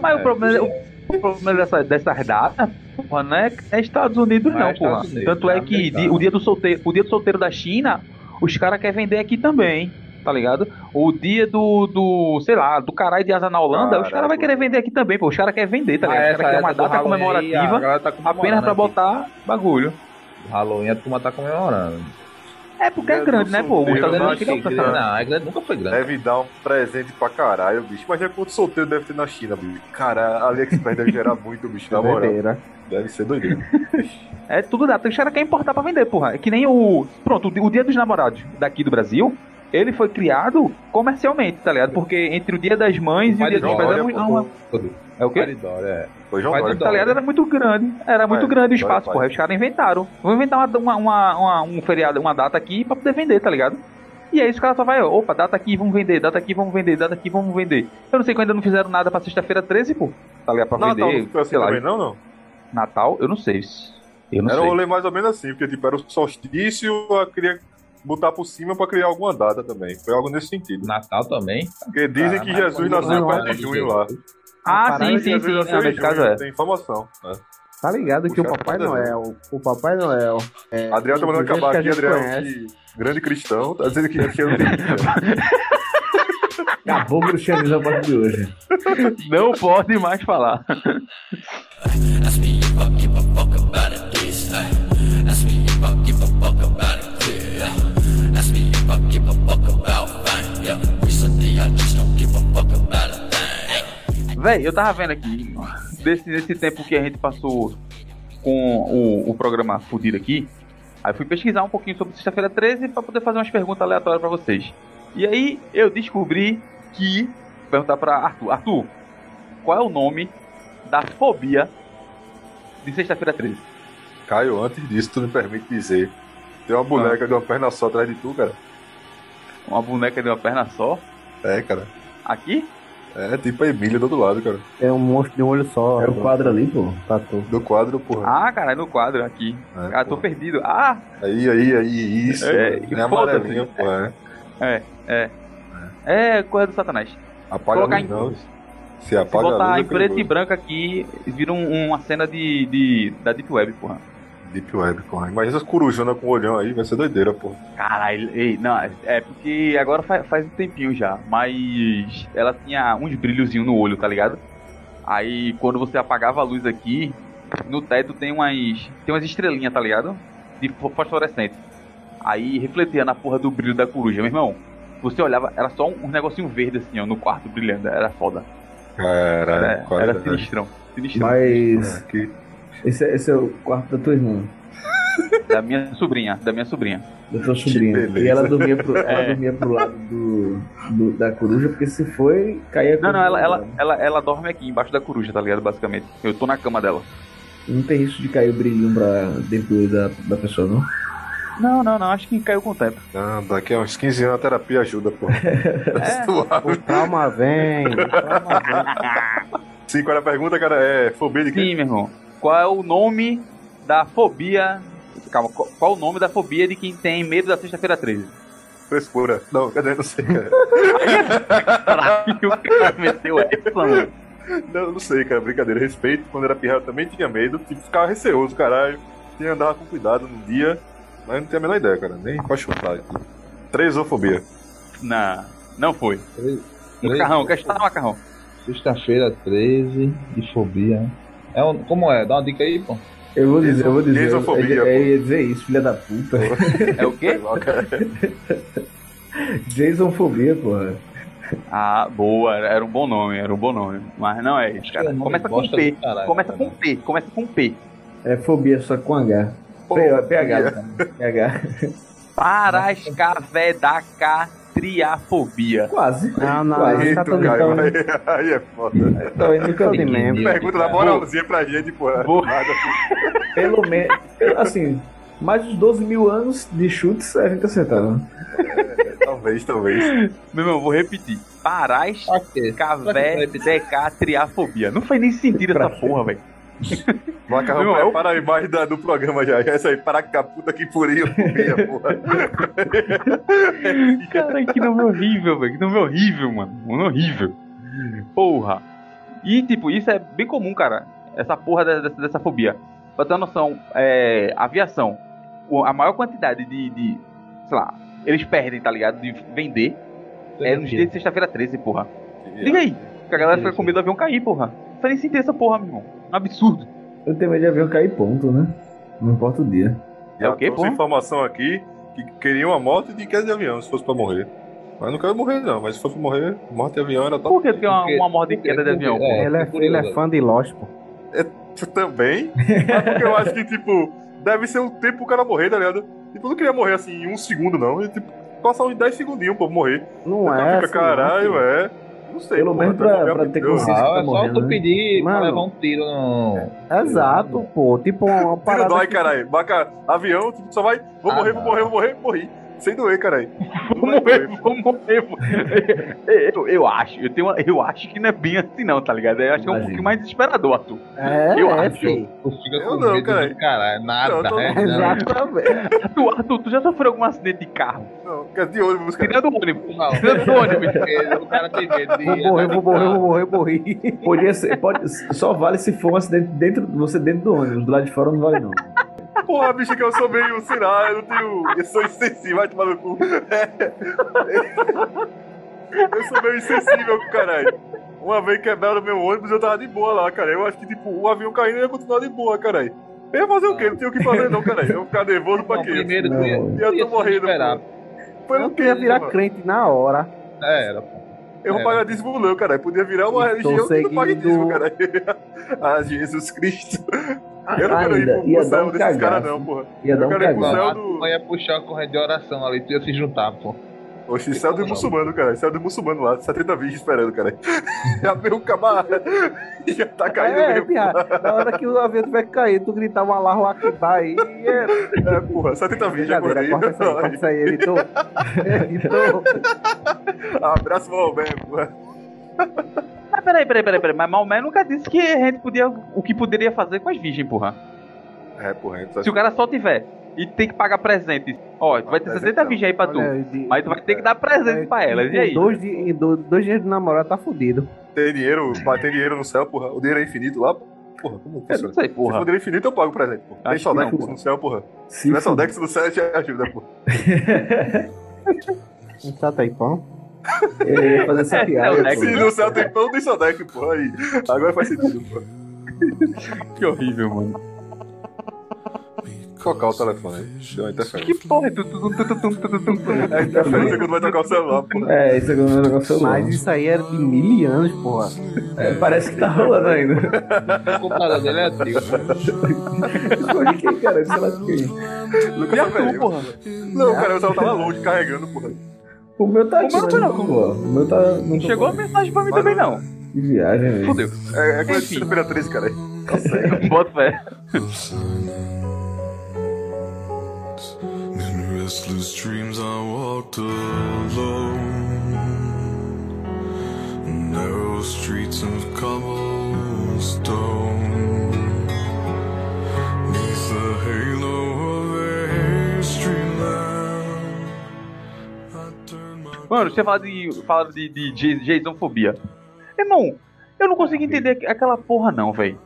Speaker 5: Mas o problema, o problema dessa, dessa data, porra, não é, é Estados Unidos,
Speaker 2: Não é
Speaker 5: não, porra.
Speaker 2: Estados Unidos,
Speaker 5: Tanto é
Speaker 2: é
Speaker 5: que
Speaker 2: americano.
Speaker 5: di- o, dia do solteiro, o dia do solteiro da China, os caras querem vender aqui também, tá ligado? O dia do, do sei lá, do caralho de asa na Holanda, os caras vão
Speaker 4: Caraca.
Speaker 5: querer vender aqui também, pô. Os caras querem vender, tá ligado? Os caras querem uma
Speaker 2: Ah, do
Speaker 5: data
Speaker 2: Halloween, é a
Speaker 5: comemorativa
Speaker 2: galera tá
Speaker 5: apenas
Speaker 2: comemorando
Speaker 5: pra
Speaker 2: aqui.
Speaker 5: botar bagulho.
Speaker 2: Halloween a turma tá comemorando.
Speaker 5: É porque é
Speaker 4: Dia
Speaker 5: grande,
Speaker 4: do
Speaker 5: né, pô? Os
Speaker 4: solteiro
Speaker 5: Estados
Speaker 4: da
Speaker 5: Unidos queriam
Speaker 4: China.
Speaker 5: essa data.
Speaker 2: Não, a igreja nunca foi grande.
Speaker 5: É,
Speaker 4: Deve dar um presente pra caralho, bicho. Imagina quanto solteiro deve ter na China, bicho. Cara, a AliExpress deve gerar muito, bicho, na moral.
Speaker 1: Doideira.
Speaker 4: Deve ser doideiro.
Speaker 5: É tudo data. Os caras querem importar pra vender, porra. É que nem o. Pronto, o Di- o Dia dos Namorados daqui do Brasil, ele foi criado comercialmente, tá ligado? Porque entre o Dia das Mães e o
Speaker 2: Vale
Speaker 5: Dia dos Pais era
Speaker 4: Dória,
Speaker 5: muito.
Speaker 4: pô.
Speaker 5: não, É o quê?
Speaker 2: Paridória, é.
Speaker 4: Foi João
Speaker 2: Faz
Speaker 4: Dória.
Speaker 2: um
Speaker 5: Tá ligado? Era muito grande. Era muito
Speaker 4: Vale,
Speaker 5: grande o
Speaker 4: Dória,
Speaker 5: espaço,
Speaker 4: vale.
Speaker 5: porra. Os caras inventaram. Vão inventar uma, uma- uma- uma- um feriado, uma data aqui pra poder vender, tá ligado? E aí os caras só vai, opa, data aqui, vamos vender, data aqui, vamos vender, data aqui, vamos vender. Eu não sei que ainda não fizeram nada pra sexta-feira 13, pô. Tá ligado? Pra
Speaker 4: Natal não
Speaker 5: vender,
Speaker 4: ficou assim
Speaker 5: sei lá,
Speaker 4: também, não, não?
Speaker 5: Natal, eu não sei. Eu não
Speaker 4: Era um
Speaker 5: sei.
Speaker 4: rolê mais ou menos assim, porque tipo, era o solstício, eu queria botar por cima pra criar alguma data também. Foi algo nesse sentido.
Speaker 2: Natal também.
Speaker 4: Porque dizem
Speaker 2: Ah,
Speaker 4: que
Speaker 2: mas
Speaker 4: Jesus
Speaker 2: quando-
Speaker 4: nasceu
Speaker 2: não,
Speaker 4: em
Speaker 2: não,
Speaker 4: 4 de junho lá.
Speaker 5: Ah,
Speaker 1: Parada
Speaker 5: sim,
Speaker 4: Dizem
Speaker 5: sim,
Speaker 4: que Jesus
Speaker 5: sim.
Speaker 4: nasceu
Speaker 5: Não,
Speaker 4: em
Speaker 5: nesse
Speaker 4: junho,
Speaker 5: caso é.
Speaker 4: Tem informação. É.
Speaker 1: Tá ligado que o
Speaker 4: Puxa,
Speaker 1: Papai
Speaker 4: tá dando.
Speaker 1: Noel, o Papai Noel. É,
Speaker 4: Adriel tá mandando
Speaker 1: do jeito
Speaker 4: acabar
Speaker 1: que
Speaker 4: aqui,
Speaker 1: a gente
Speaker 4: Adriel,
Speaker 1: conhece.
Speaker 4: que grande cristão, tá dizendo que que eu não tenho que-
Speaker 3: Acabou o cristianismo a partir de hoje.
Speaker 5: Não pode mais falar. Véi, eu tava vendo aqui, desse, desse tempo que a gente passou com o, o programa fudido aqui, aí fui pesquisar um pouquinho sobre sexta-feira 13 pra poder fazer umas perguntas aleatórias pra vocês. E aí eu descobri que. Perguntar pra Arthur. Arthur, qual é o nome da fobia de sexta-feira 13?
Speaker 4: Caio, antes disso, tu me permite dizer. Tem uma
Speaker 5: Ah.
Speaker 4: boneca de uma perna só atrás de tu, cara.
Speaker 5: Uma boneca de uma perna só.
Speaker 4: É, cara.
Speaker 5: Aqui?
Speaker 4: É tipo a Emília do outro lado, cara.
Speaker 1: É um monstro de um olho só. Tá
Speaker 3: É o quadro ali, pô.
Speaker 1: Tatu.
Speaker 4: Do quadro, porra.
Speaker 5: Ah, caralho, no quadro aqui.
Speaker 4: É,
Speaker 5: Ah, tô
Speaker 4: porra.
Speaker 5: perdido. Ah,
Speaker 4: Aí, aí, aí, isso.
Speaker 5: É,
Speaker 4: mano.
Speaker 5: e
Speaker 4: Nem amarelinho, porra. né?
Speaker 5: é coisa do satanás.
Speaker 4: Apaga
Speaker 5: Colocar
Speaker 4: a luz,
Speaker 5: em-
Speaker 4: não. Se
Speaker 5: Se
Speaker 4: apaga a
Speaker 5: botar
Speaker 4: luz,
Speaker 5: em
Speaker 4: é
Speaker 5: preto e
Speaker 4: perigoso.
Speaker 5: branco aqui, vira um- uma cena de, de- da Deep Web, porra.
Speaker 4: Deep Web, porra. Imagina essas corujonas com o olhão aí, vai ser doideira, porra.
Speaker 5: Caralho, ei, não, é porque agora fa- faz, um tempinho já, mas ela tinha uns brilhozinhos no olho, tá ligado? Aí quando você apagava a luz aqui, no teto tem umas. tem umas estrelinhas, tá ligado? De fo- fosforescente. Aí refletia na porra do brilho da coruja, meu irmão. Você olhava, era só um, um negocinho verde assim, ó, no quarto brilhando, era foda.
Speaker 4: Caralho,
Speaker 5: Era,
Speaker 4: quase,
Speaker 5: É, era
Speaker 4: né?
Speaker 5: sinistrão. Sinistrão.
Speaker 3: Mas.
Speaker 4: Que-
Speaker 3: Esse é, esse é o quarto da tua irmã,
Speaker 5: Da minha sobrinha, da minha sobrinha.
Speaker 3: da tua sobrinha.
Speaker 4: beleza.
Speaker 3: E ela
Speaker 5: <laughs>
Speaker 3: dormia pro, ela
Speaker 5: É.
Speaker 3: dormia pro lado do, do- da coruja, porque se foi, caía
Speaker 5: Não, não,
Speaker 3: coruja
Speaker 5: ela, ela,
Speaker 3: dela.
Speaker 5: ela, ela dorme aqui embaixo da coruja, tá ligado? Basicamente. Eu tô na cama dela.
Speaker 3: Não tem risco de cair o brilhinho pra dentro da, da pessoa, não.
Speaker 5: Não, não, não, acho que caiu com o
Speaker 2: <laughs>
Speaker 5: tempo.
Speaker 4: Não, daqui a uns 15 anos a terapia ajuda, porra.
Speaker 5: <laughs> É.
Speaker 1: O trauma vem. o trauma vem.
Speaker 4: Sim, qual era a pergunta, cara? É fobia de quem?
Speaker 5: Sim, meu irmão. Qual é o nome da fobia? Calma, qual, qual o nome da fobia de quem tem medo da sexta-feira 13?
Speaker 4: Frescura. Não, cadê? Não sei, cara.
Speaker 5: Caralho, Tá <laughs> o cara meteu essa, mano.
Speaker 4: Não, não sei, cara, brincadeira. Respeito, quando era pirralho também tinha medo, tipo, ficava receoso, caralho. E andava com cuidado no dia, mas não tenho a menor ideia, cara, nem pra chutar aqui. Tresofobia.
Speaker 5: Não, não foi.
Speaker 2: Três-
Speaker 5: Macarrão, quer chutar macarrão?
Speaker 2: Sexta-feira 13 de fobia. É um, como é? Dá uma dica aí, pô.
Speaker 3: Eu vou dizer, eu vou dizer. Eu, eu,
Speaker 4: Lesofobia,
Speaker 3: eu ia É, dizer isso, filha da puta.
Speaker 5: É o
Speaker 3: <laughs>
Speaker 5: quê?
Speaker 3: Jasonfobia, porra.
Speaker 5: Ah, boa, era era um bom nome, era um bom nome. Mas não é isso, cara. Começa com
Speaker 2: Bosta
Speaker 5: P.
Speaker 2: do caralho,
Speaker 5: Começa
Speaker 2: cara.
Speaker 5: com um P, começa com P.
Speaker 3: É fobia só com H. P- PH, cara. PH.
Speaker 5: Parascavedacatriafobia.
Speaker 3: Quase.
Speaker 1: Não, não,
Speaker 3: Quase.
Speaker 1: não tá tão tão-
Speaker 4: Aí- Aí é foda.
Speaker 3: Então, eu nunca
Speaker 1: tão
Speaker 3: vi.
Speaker 1: de membro.
Speaker 4: Pergunta da moralzinha pra gente, porra.
Speaker 5: Boa.
Speaker 4: Nada.
Speaker 3: Pelo menos. Assim, mais de 12 mil anos de chutes a gente acertava.
Speaker 4: Talvez, talvez.
Speaker 5: Meu irmão, vou repetir. Parás
Speaker 2: Pra quê?
Speaker 5: Cavé, decatriafobia. Não faz nem sentido essa porra, velho.
Speaker 4: Macarrão,
Speaker 5: Não,
Speaker 4: não,
Speaker 5: é o-
Speaker 4: para a imagem da- do programa já. Essa aí, para que a puta que <laughs> furia, fobia, porra.
Speaker 5: Cara, que nome horrível, velho. Que nome horrível, mano. Um nome horrível. Porra. E, tipo, isso é bem comum, cara. Essa porra de- dessa, dessa fobia. Pra ter uma noção, é, aviação. o- A maior quantidade de, de. Sei lá. Eles perdem, tá ligado? De vender. É nos dias de sexta-feira 13, porra. Liga aí. Que a galera fica com medo do avião cair, porra. Não faz nem sentido essa porra, meu irmão. Um absurdo.
Speaker 3: Eu tenho medo de avião cair ponto, né? Não importa o dia.
Speaker 5: É o quê,
Speaker 4: trouxe
Speaker 5: porra?
Speaker 4: informação aqui que queriam a morte de queda de avião, se fosse pra morrer. Mas não quero morrer, não. Mas se fosse pra morrer, morte de avião era top.
Speaker 5: Por que tem uma,
Speaker 2: Porque-
Speaker 5: uma morte de queda de avião?
Speaker 2: porque-
Speaker 1: Ele é,
Speaker 2: tô
Speaker 1: ele é
Speaker 2: é curioso.
Speaker 1: fã de Lost, pô.
Speaker 4: Tu <laughs> também. Mas porque eu acho que, tipo, deve ser um tempo pro cara morrer, tá ligado? Tipo, eu não queria morrer assim em um segundo, não. E, tipo, passar uns 10 segundinhos pra eu morrer.
Speaker 1: Não
Speaker 4: Então
Speaker 1: é.
Speaker 4: fica,
Speaker 1: assim,
Speaker 4: caralho,
Speaker 1: não, filho.
Speaker 5: né,
Speaker 4: é. Não sei.
Speaker 3: Pelo
Speaker 4: porra,
Speaker 3: menos
Speaker 4: tá
Speaker 3: pra-
Speaker 4: ligado?
Speaker 3: pra ter
Speaker 4: Eu-
Speaker 3: consciência.
Speaker 2: Ah, é só
Speaker 3: Morrendo,
Speaker 2: tu
Speaker 3: né?
Speaker 2: pedir pra
Speaker 1: Mano.
Speaker 2: levar um tiro no.
Speaker 1: Exato, pô. Tipo, uma
Speaker 4: Tiro
Speaker 1: parada.
Speaker 4: dói,
Speaker 1: que-
Speaker 4: caralho. Baca, avião, tipo, só vai. Vou
Speaker 2: Ah,
Speaker 4: morrer, vou
Speaker 2: não.
Speaker 4: morrer, vou morrer, morri. Sem doer, caralho.
Speaker 5: <laughs> Vou morrer, vou morrer. vou- Eu, eu acho, eu, tenho uma- eu acho que não é bem assim, não, tá ligado? Eu acho que é um
Speaker 3: Imagina.
Speaker 5: pouquinho mais desesperador, Arthur.
Speaker 3: É,
Speaker 5: Eu
Speaker 3: é,
Speaker 5: acho.
Speaker 3: filho.
Speaker 2: Tu fica
Speaker 4: Eu
Speaker 2: com
Speaker 4: não,
Speaker 2: medo
Speaker 4: caralho.
Speaker 2: do caralho.
Speaker 4: Não,
Speaker 2: Nada,
Speaker 4: eu tô-
Speaker 2: né?
Speaker 3: Exatamente.
Speaker 5: Arthur, Arthur, tu já sofreu algum acidente de carro?
Speaker 4: Não, quer de ônibus, cara.
Speaker 5: Tirando o ônibus.
Speaker 2: Não, não, o cara tem medo de.
Speaker 1: Vou morrer, vou morrer, vou morrer, vou morrer.
Speaker 3: Podia ser, pode, só vale se for um acidente dentro, você dentro do ônibus, do lado de fora não vale não.
Speaker 4: Porra, bicho, que eu sou meio, sei lá, eu não tenho. Eu sou insensível, vai tomar no cu. <laughs> Eu sou meio insensível, caralho. Um Uma vez quebraram meu ônibus, eu tava de boa lá, cara. Eu acho que, tipo, o avião caindo eu ia continuar de boa, caralho. Eu ia fazer o quê? Não tinha o que fazer, não, cara. Eu ia ficar nervoso pra
Speaker 2: Não,
Speaker 4: quê?
Speaker 2: primeiro tu ia.
Speaker 3: Não.
Speaker 4: E eu
Speaker 2: tu ia
Speaker 4: tô
Speaker 2: se
Speaker 4: morrendo,
Speaker 2: desesperar.
Speaker 4: pô. Foi
Speaker 1: Eu
Speaker 4: no
Speaker 1: queria
Speaker 4: quê,
Speaker 1: virar
Speaker 4: mano?
Speaker 1: crente na hora.
Speaker 2: É, Era, pô.
Speaker 4: Eu vou
Speaker 2: É.
Speaker 4: pagar dízimo, não, cara. Podia virar uma
Speaker 1: Estou
Speaker 4: religião que não paga
Speaker 1: seguindo-
Speaker 4: dízimo, cara. <laughs> ah, Jesus Cristo. Eu não quero
Speaker 3: Ainda,
Speaker 4: ir
Speaker 3: ia
Speaker 4: pro
Speaker 3: dar
Speaker 4: céu
Speaker 3: um
Speaker 4: desses caras,
Speaker 3: cagaço.
Speaker 4: não, porra.
Speaker 3: Ia dar
Speaker 4: Eu
Speaker 3: um
Speaker 4: quero ir pro
Speaker 2: Lá,
Speaker 3: cagado.
Speaker 4: céu
Speaker 2: tu
Speaker 4: do.
Speaker 2: ia puxar a corrente de oração ali, tu ia se juntar, pô.
Speaker 4: Oxe, céu do muçulmano, cara. Céu do muçulmano lá. 70 virgens esperando, cara. <laughs> Já veio um camarada. <laughs> Já tá caindo
Speaker 1: é,
Speaker 4: mesmo.
Speaker 1: piá, na hora que o avião tiver que cair, tu gritar um alarro lá que tá aí. e É,
Speaker 4: É, porra. 70 virgens
Speaker 1: brincadeira,
Speaker 4: agora
Speaker 1: corta isso aí, corta
Speaker 4: aí.
Speaker 1: isso aí,
Speaker 4: <laughs>
Speaker 1: editor. Editor.
Speaker 4: Abraço pro Alberto, porra.
Speaker 5: Mas peraí, peraí, peraí, peraí. Mas Maomé nunca disse que a gente podia. O que poderia fazer com as virgens, porra.
Speaker 4: É, porra.
Speaker 5: Se o cara só tiver e tem que pagar presente. Ó, tu vai ter
Speaker 4: presente
Speaker 5: 60
Speaker 4: não.
Speaker 5: virgens aí pra tu.
Speaker 1: Olha, É, de-
Speaker 5: Mas tu vai ter que dar presente
Speaker 1: é,
Speaker 5: pra elas. E
Speaker 1: com
Speaker 5: aí?
Speaker 1: Dois, di- em do- dois dias de namorado tá fudido.
Speaker 4: Tem dinheiro, pá, tem dinheiro no céu, porra. O dinheiro é infinito lá, porra. Como
Speaker 5: Eu não
Speaker 4: funciona?
Speaker 5: sei,
Speaker 4: Se for
Speaker 5: porra.
Speaker 4: dinheiro infinito, eu pago o presente, porra. Tem
Speaker 5: Acho que
Speaker 4: saudade
Speaker 3: não,
Speaker 4: no céu, porra. Se é
Speaker 3: Se
Speaker 4: tiver
Speaker 3: fuder.
Speaker 4: saudade no céu, já ajuda, né, porra.
Speaker 1: Tá tá aí, pô.
Speaker 3: Eu ia fazer essa piada.
Speaker 5: É,
Speaker 4: Se
Speaker 3: pô.
Speaker 4: no céu tem pão, tem saudade, porra. Aí. Agora faz sentido, porra.
Speaker 5: Que horrível, mano.
Speaker 4: Tocar o telefone aí. Deu uma interferência.
Speaker 5: Que porra é tu? tu- tu- tu- tu- tu- tu- tu- tu-
Speaker 4: É interferência quando vai tocar o celular, porra.
Speaker 3: É, isso é o meu negócio
Speaker 1: Mas isso aí era de mil anos, porra.
Speaker 3: é, Parece que tá rolando ainda.
Speaker 2: O computador dele é antigo.
Speaker 3: Escolhe quem, cara, sei lá quem.
Speaker 4: Lucas tá velho. Não, cara, eu só tava longe carregando, porra.
Speaker 3: O meu tá
Speaker 5: O meu não foi não.
Speaker 3: pô. O meu tá. Não tô-
Speaker 5: Chegou a mensagem pra mim também, não.
Speaker 3: Que viagem, velho.
Speaker 5: Fudeu.
Speaker 4: É, é coisa de
Speaker 5: Enfim.
Speaker 4: sexta-feira 13, cara.
Speaker 5: Bota fé.
Speaker 7: In restless dreams, I walked alone. Narrow streets of cobblestone. Neath the halo of a street lamp, I turned my.
Speaker 5: Mano, você fala de, fala de, de Jas- Jasonfobia. Irmão, eu não consigo entender aquela porra, não, velho.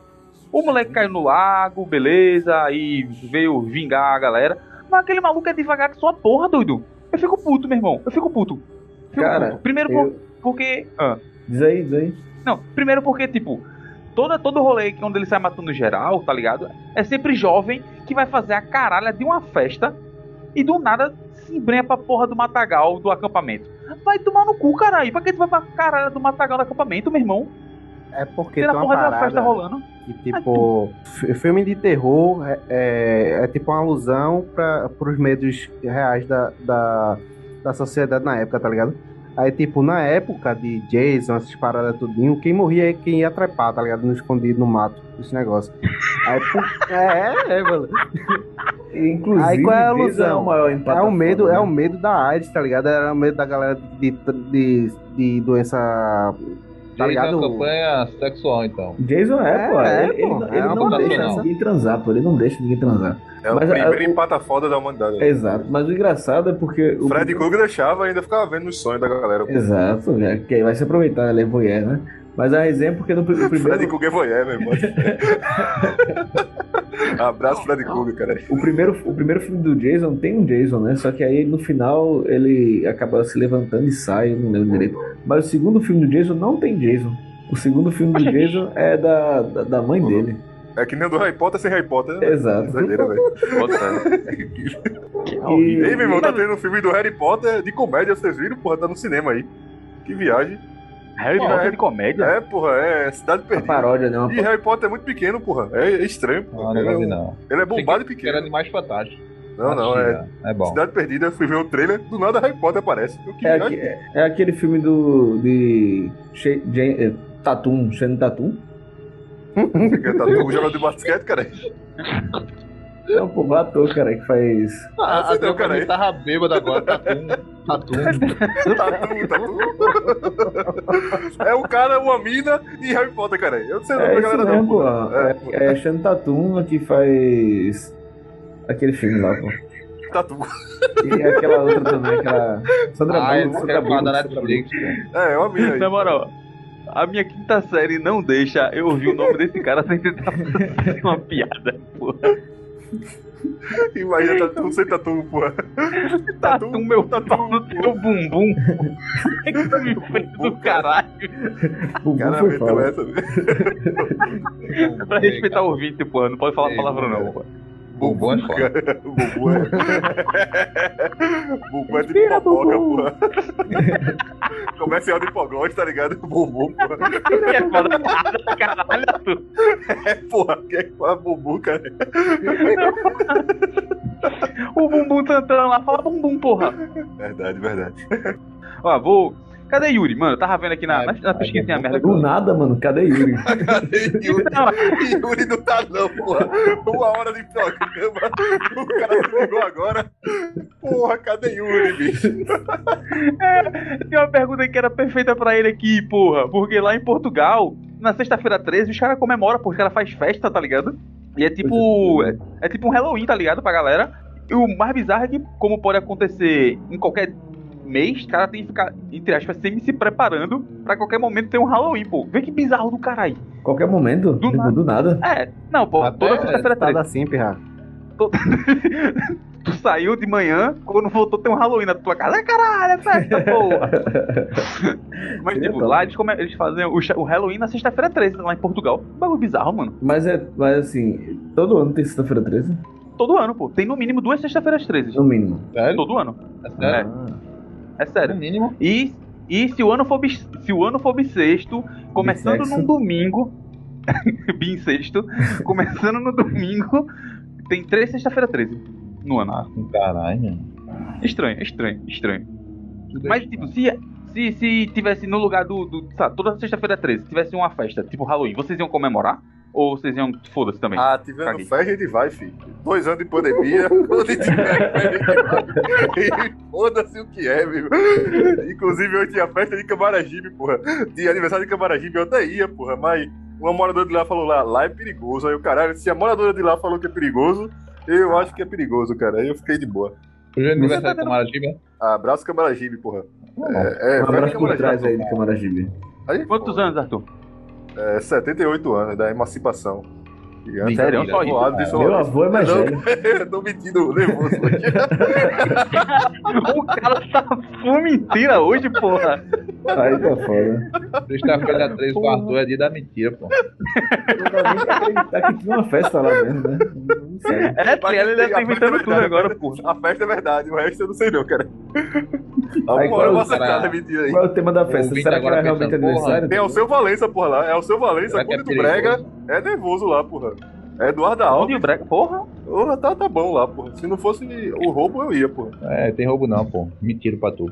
Speaker 5: O moleque caiu no lago, beleza, aí veio vingar a galera. Mas aquele maluco é devagar que sua porra, doido. Eu fico puto, meu irmão. Eu fico puto. Fico
Speaker 3: Cara,
Speaker 5: puto. Primeiro por-
Speaker 3: Eu...
Speaker 5: porque. ah,
Speaker 3: Diz aí, diz aí.
Speaker 5: Não, primeiro porque, tipo, toda, todo rolê que onde ele sai matando geral, tá ligado? É sempre jovem que vai fazer a caralha de uma festa e do nada se embrenha pra porra do matagal do acampamento. Vai tomar no cu, caralho. Pra que tu vai pra caralho do matagal do acampamento, meu irmão?
Speaker 1: É porque
Speaker 5: Tem a
Speaker 1: tem uma
Speaker 5: porra da festa
Speaker 1: parada
Speaker 5: rolando.
Speaker 1: que, tipo, f- filme de terror é, é, é tipo uma alusão para os medos reais da, da, da sociedade na época, tá ligado? Aí, tipo, na época de Jason, essas paradas tudinho, quem morria é quem ia trepar, tá ligado? No escondido, no mato, esse negócio. Aí, pô, é, é, mano.
Speaker 3: Inclusive,
Speaker 1: Aí qual é a
Speaker 3: Jason
Speaker 1: alusão?
Speaker 3: o maior
Speaker 1: É o
Speaker 3: empatador,
Speaker 1: medo,
Speaker 3: né?
Speaker 1: é o medo da AIDS, tá ligado? Era o medo da galera de, de, de doença. Tá
Speaker 2: Desde a
Speaker 1: ligado?
Speaker 2: campanha sexual, então.
Speaker 3: Jason é,
Speaker 1: É,
Speaker 3: pô.
Speaker 1: é,
Speaker 3: ele, ele
Speaker 1: pô.
Speaker 3: não-
Speaker 1: É
Speaker 3: ele
Speaker 1: uma
Speaker 3: não deixa
Speaker 2: combinação.
Speaker 3: ninguém transar, pô. Ele não deixa ninguém transar.
Speaker 4: É o
Speaker 3: Mas,
Speaker 4: primeiro
Speaker 3: ah, o-
Speaker 4: empata foda da humanidade.
Speaker 3: Exato. Mas o engraçado é porque. O
Speaker 4: Fred Krueger deixava e ainda ficava vendo os sonhos da galera. pô.
Speaker 3: Exato, né? que aí vai se aproveitar, ele é voyeur, né? Mas a resenha é porque no pri- o
Speaker 4: <laughs> Fred
Speaker 3: primeiro,
Speaker 4: Krueger foi é, meu
Speaker 3: <laughs>
Speaker 4: irmão. Abraço, Fred Krueger, cara.
Speaker 3: o, primeiro, o primeiro filme do Jason tem um Jason, né? Só que aí no final ele acaba se levantando e sai, eu não lembro direito. Mas o segundo filme do Jason não tem Jason. O segundo filme do
Speaker 4: <laughs>
Speaker 3: Jason é da, da, da mãe dele.
Speaker 4: É que nem do Harry Potter sem Harry Potter, né?
Speaker 3: Exato.
Speaker 4: Exagero, velho. <laughs>
Speaker 5: Que
Speaker 4: E
Speaker 5: horrível.
Speaker 4: aí, meu irmão, tá tendo um filme do Harry Potter de comédia, vocês viram? Porra, tá no cinema aí. Que viagem.
Speaker 5: Harry
Speaker 4: Pô,
Speaker 5: Potter
Speaker 4: é-
Speaker 5: de comédia?
Speaker 4: É, porra, é Cidade
Speaker 3: A
Speaker 4: Perdida.
Speaker 3: paródia, né? Uma
Speaker 4: E Harry Potter é muito pequeno, porra. É é estranho,
Speaker 2: Ah, Não,
Speaker 4: porra. Ele
Speaker 2: não
Speaker 4: é,
Speaker 2: vai
Speaker 4: um-
Speaker 2: vir, não.
Speaker 4: ele é bombado e
Speaker 2: Que era
Speaker 4: pequeno.
Speaker 2: demais fantástico.
Speaker 4: Não, não, é
Speaker 2: É bom.
Speaker 4: Cidade Perdida, fui ver o trailer, do nada Harry Potter aparece. Eu que
Speaker 3: né? É,
Speaker 4: viagem.
Speaker 3: aque- é aquele filme do. de. She, Jane- eh, Tatum, Shane Tatum.
Speaker 4: um Tá todo jogador de basquete, cara.
Speaker 3: É um povo ator, cara, que faz.
Speaker 4: Ah,
Speaker 2: A, a
Speaker 4: sei não,
Speaker 2: Adriana
Speaker 4: cara, aí. Tá
Speaker 2: tava bêbada agora, tá tatum,
Speaker 4: <laughs>
Speaker 2: tatum.
Speaker 4: Tatu, tatu. É o cara, uma mina e Harry Potter, cara. Eu não sei o nome
Speaker 3: É
Speaker 4: da
Speaker 3: isso
Speaker 4: galera
Speaker 3: mesmo,
Speaker 4: não.
Speaker 3: pô.
Speaker 4: pô.
Speaker 3: É, é Shannon Tatum que faz aquele filme lá, pô.
Speaker 4: Tatu.
Speaker 3: E aquela outra também, aquela. Sandra
Speaker 2: Ah, é
Speaker 3: Bullock.
Speaker 4: tá
Speaker 3: tá Sandra
Speaker 2: que é pra
Speaker 3: Bullock,
Speaker 2: da
Speaker 3: Sandra Bullock.
Speaker 2: Netflix, pô.
Speaker 4: É, é uma mina aí.
Speaker 3: Tá
Speaker 5: Na moral, a minha quinta série não deixa eu ouvir o nome desse cara sem tentar fazer uma piada, pô.
Speaker 4: Imagina tatu sem tatu, pô.
Speaker 5: Tatu, meu
Speaker 4: tatu,
Speaker 5: pau no teu
Speaker 4: <laughs>
Speaker 5: bumbum. É que tu me fez do caralho
Speaker 3: Bubu
Speaker 4: Cara,
Speaker 3: foi
Speaker 4: meteu
Speaker 3: foda.
Speaker 4: essa. né?
Speaker 5: É pra respeitar o ouvinte, pô. Não pode falar
Speaker 2: Ei,
Speaker 5: palavrão,
Speaker 2: cara.
Speaker 5: não, pô. <laughs>
Speaker 2: Bubu é foda.
Speaker 4: cara. <laughs> Bubu é. Bubu é de pipoca, pô. <laughs> Comercial de pogode, tá ligado? Bubu, pô.
Speaker 5: Que é foda pra caralho, <laughs> tu.
Speaker 4: É, porra, que é que fala bubu, cara?
Speaker 5: O bumbum Santana lá, fala bumbum, porra.
Speaker 4: Verdade, verdade. <laughs>
Speaker 5: Ó, vou. Cadê Yuri? Mano, eu tava vendo aqui na, na, na pesquisinha a merda que
Speaker 3: Do
Speaker 5: eu-
Speaker 3: nada, mano, cadê Yuri?
Speaker 4: Cadê Yuri?
Speaker 5: Não,
Speaker 4: Yuri não tá, não, porra. Uma hora de programa. O cara se ligou agora. Porra, cadê Yuri, bicho?
Speaker 5: Tem uma pergunta que era perfeita pra ele aqui, porra. Porque lá em Portugal, na sexta-feira 13, os caras comemoram, porque os caras fazem festa, tá ligado? E é tipo. É, é tipo um Halloween, tá ligado? Pra galera. E o mais bizarro é que, como pode acontecer em qualquer mês, os caras tem que ficar, entre aspas, sempre se preparando pra qualquer momento ter um Halloween, pô. Vê que bizarro do caralho.
Speaker 3: Qualquer momento,
Speaker 5: Do
Speaker 3: tipo,
Speaker 5: nada.
Speaker 3: do nada.
Speaker 5: É, não, pô,
Speaker 2: Até
Speaker 5: toda sexta-feira 13.
Speaker 1: Tá assim, pirra.
Speaker 5: Tu saiu de manhã, quando voltou tem um Halloween na tua casa. Ah, Caralho, é festa, porra.
Speaker 2: <laughs>
Speaker 5: Mas, tipo, lá eles, come- eles fazem o, cha- o Halloween na sexta-feira 13, lá em Portugal. Bagulho bizarro, mano.
Speaker 3: Mas é, mas assim, todo ano tem sexta-feira 13,
Speaker 5: Todo ano, pô. Tem no mínimo duas sexta-feiras 13.
Speaker 3: no mínimo. Ah,
Speaker 2: Sério?
Speaker 5: Todo ano.
Speaker 2: É sério?
Speaker 5: É
Speaker 2: No
Speaker 5: sério.
Speaker 2: mínimo.
Speaker 5: E, e se, o ano for bis- se o ano for bissexto, começando
Speaker 3: Bissexo.
Speaker 5: num domingo. <laughs> bissexto. Começando no domingo, tem três sexta-feira 13 no ano. Ah,
Speaker 2: Ah, com caralho, mano.
Speaker 5: Estranho, estranho, estranho.
Speaker 2: Tudo
Speaker 5: Mas,
Speaker 2: isso,
Speaker 5: tipo,
Speaker 2: mano.
Speaker 5: se. Se, se tivesse no lugar do. do sabe, toda sexta-feira 13, tivesse uma festa, tipo Halloween, vocês iam comemorar? Ou vocês iam. Foda-se também.
Speaker 4: Ah, tiver
Speaker 5: Caguei.
Speaker 4: no ferro, a gente vai, filho. Dois anos de pandemia, <laughs> quando tiver ferro, a gente vai. <laughs> E foda-se o que é, meu. Inclusive, eu tinha festa de Camaragibe, porra. De aniversário de Camaragibe, eu até ia, porra. Mas uma moradora de lá falou lá, lá é perigoso. Aí eu, caralho, se a moradora de lá falou que é perigoso, eu acho que é perigoso, cara. Aí eu fiquei de boa.
Speaker 2: Hoje é aniversário
Speaker 5: tá
Speaker 2: do Camaragibe, é?
Speaker 4: Abraço Camaragibe, porra. É, é,
Speaker 3: Um
Speaker 4: festa de
Speaker 3: abraço por
Speaker 4: Camaragibe.
Speaker 3: trás aí de Camaragibe.
Speaker 4: Aí,
Speaker 5: Quantos
Speaker 4: pô,
Speaker 5: anos, Arthur?
Speaker 4: É, 78 anos da emancipação. E antes
Speaker 5: Sério?
Speaker 4: era um
Speaker 5: Só isso,
Speaker 4: voado de São
Speaker 3: Meu
Speaker 4: Lourenço.
Speaker 3: avô é mais
Speaker 4: Não,
Speaker 3: velho.
Speaker 4: <laughs> eu tô mentindo nervoso hoje.
Speaker 5: o cara tá fumentira hoje, porra.
Speaker 3: Aí tá foda.
Speaker 2: <laughs> Sexta-feira 13 com Arthur é dia da mentira, pô.
Speaker 3: Não dá nem pra acreditar Tá que tinha uma festa lá mesmo, né? Não sei.
Speaker 5: É, tá, ele deve estar inventando tudo agora, porra.
Speaker 4: A festa é verdade, o resto eu não sei não,
Speaker 2: <laughs>
Speaker 4: cara.
Speaker 3: Aí,
Speaker 4: Agora
Speaker 3: qual-
Speaker 4: você
Speaker 2: cara-
Speaker 4: cara mentira aí.
Speaker 3: Qual é o tema da festa?
Speaker 2: Ouvinte
Speaker 3: Será que
Speaker 2: agora
Speaker 3: era realmente
Speaker 2: pensando, porra,
Speaker 3: aniversário?
Speaker 4: Tem o seu Valença, porra, lá. É o seu Valença,
Speaker 2: Será que é
Speaker 4: Conde do Brega.
Speaker 2: perigoso?
Speaker 4: É nervoso lá, porra. É Eduardo
Speaker 5: Onde
Speaker 4: Alves.
Speaker 5: o Brega? Porra.
Speaker 4: Porra, tá, tá bom lá, porra. Se não fosse o roubo, eu ia, porra.
Speaker 2: É, tem roubo não, pô. Mentira pra tu.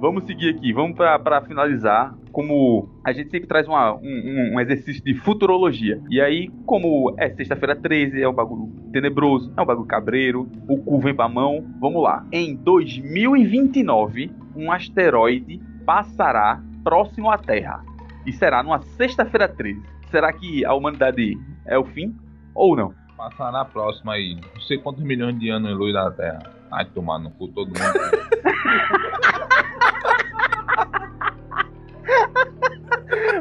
Speaker 5: Vamos seguir aqui, vamos pra, pra finalizar. Como a gente sempre traz uma- um, um- um exercício de futurologia. E aí, como é sexta-feira 13, é um bagulho tenebroso, é um bagulho cabreiro, o cu vem pra mão. Vamos lá. Em 2029, um asteroide passará próximo à Terra. E será numa sexta-feira 13. Será que a humanidade é o fim? Ou não?
Speaker 2: Passar na próxima aí. Não sei quantos milhões de anos em luz da Terra. Ai, tomar no cu todo mundo.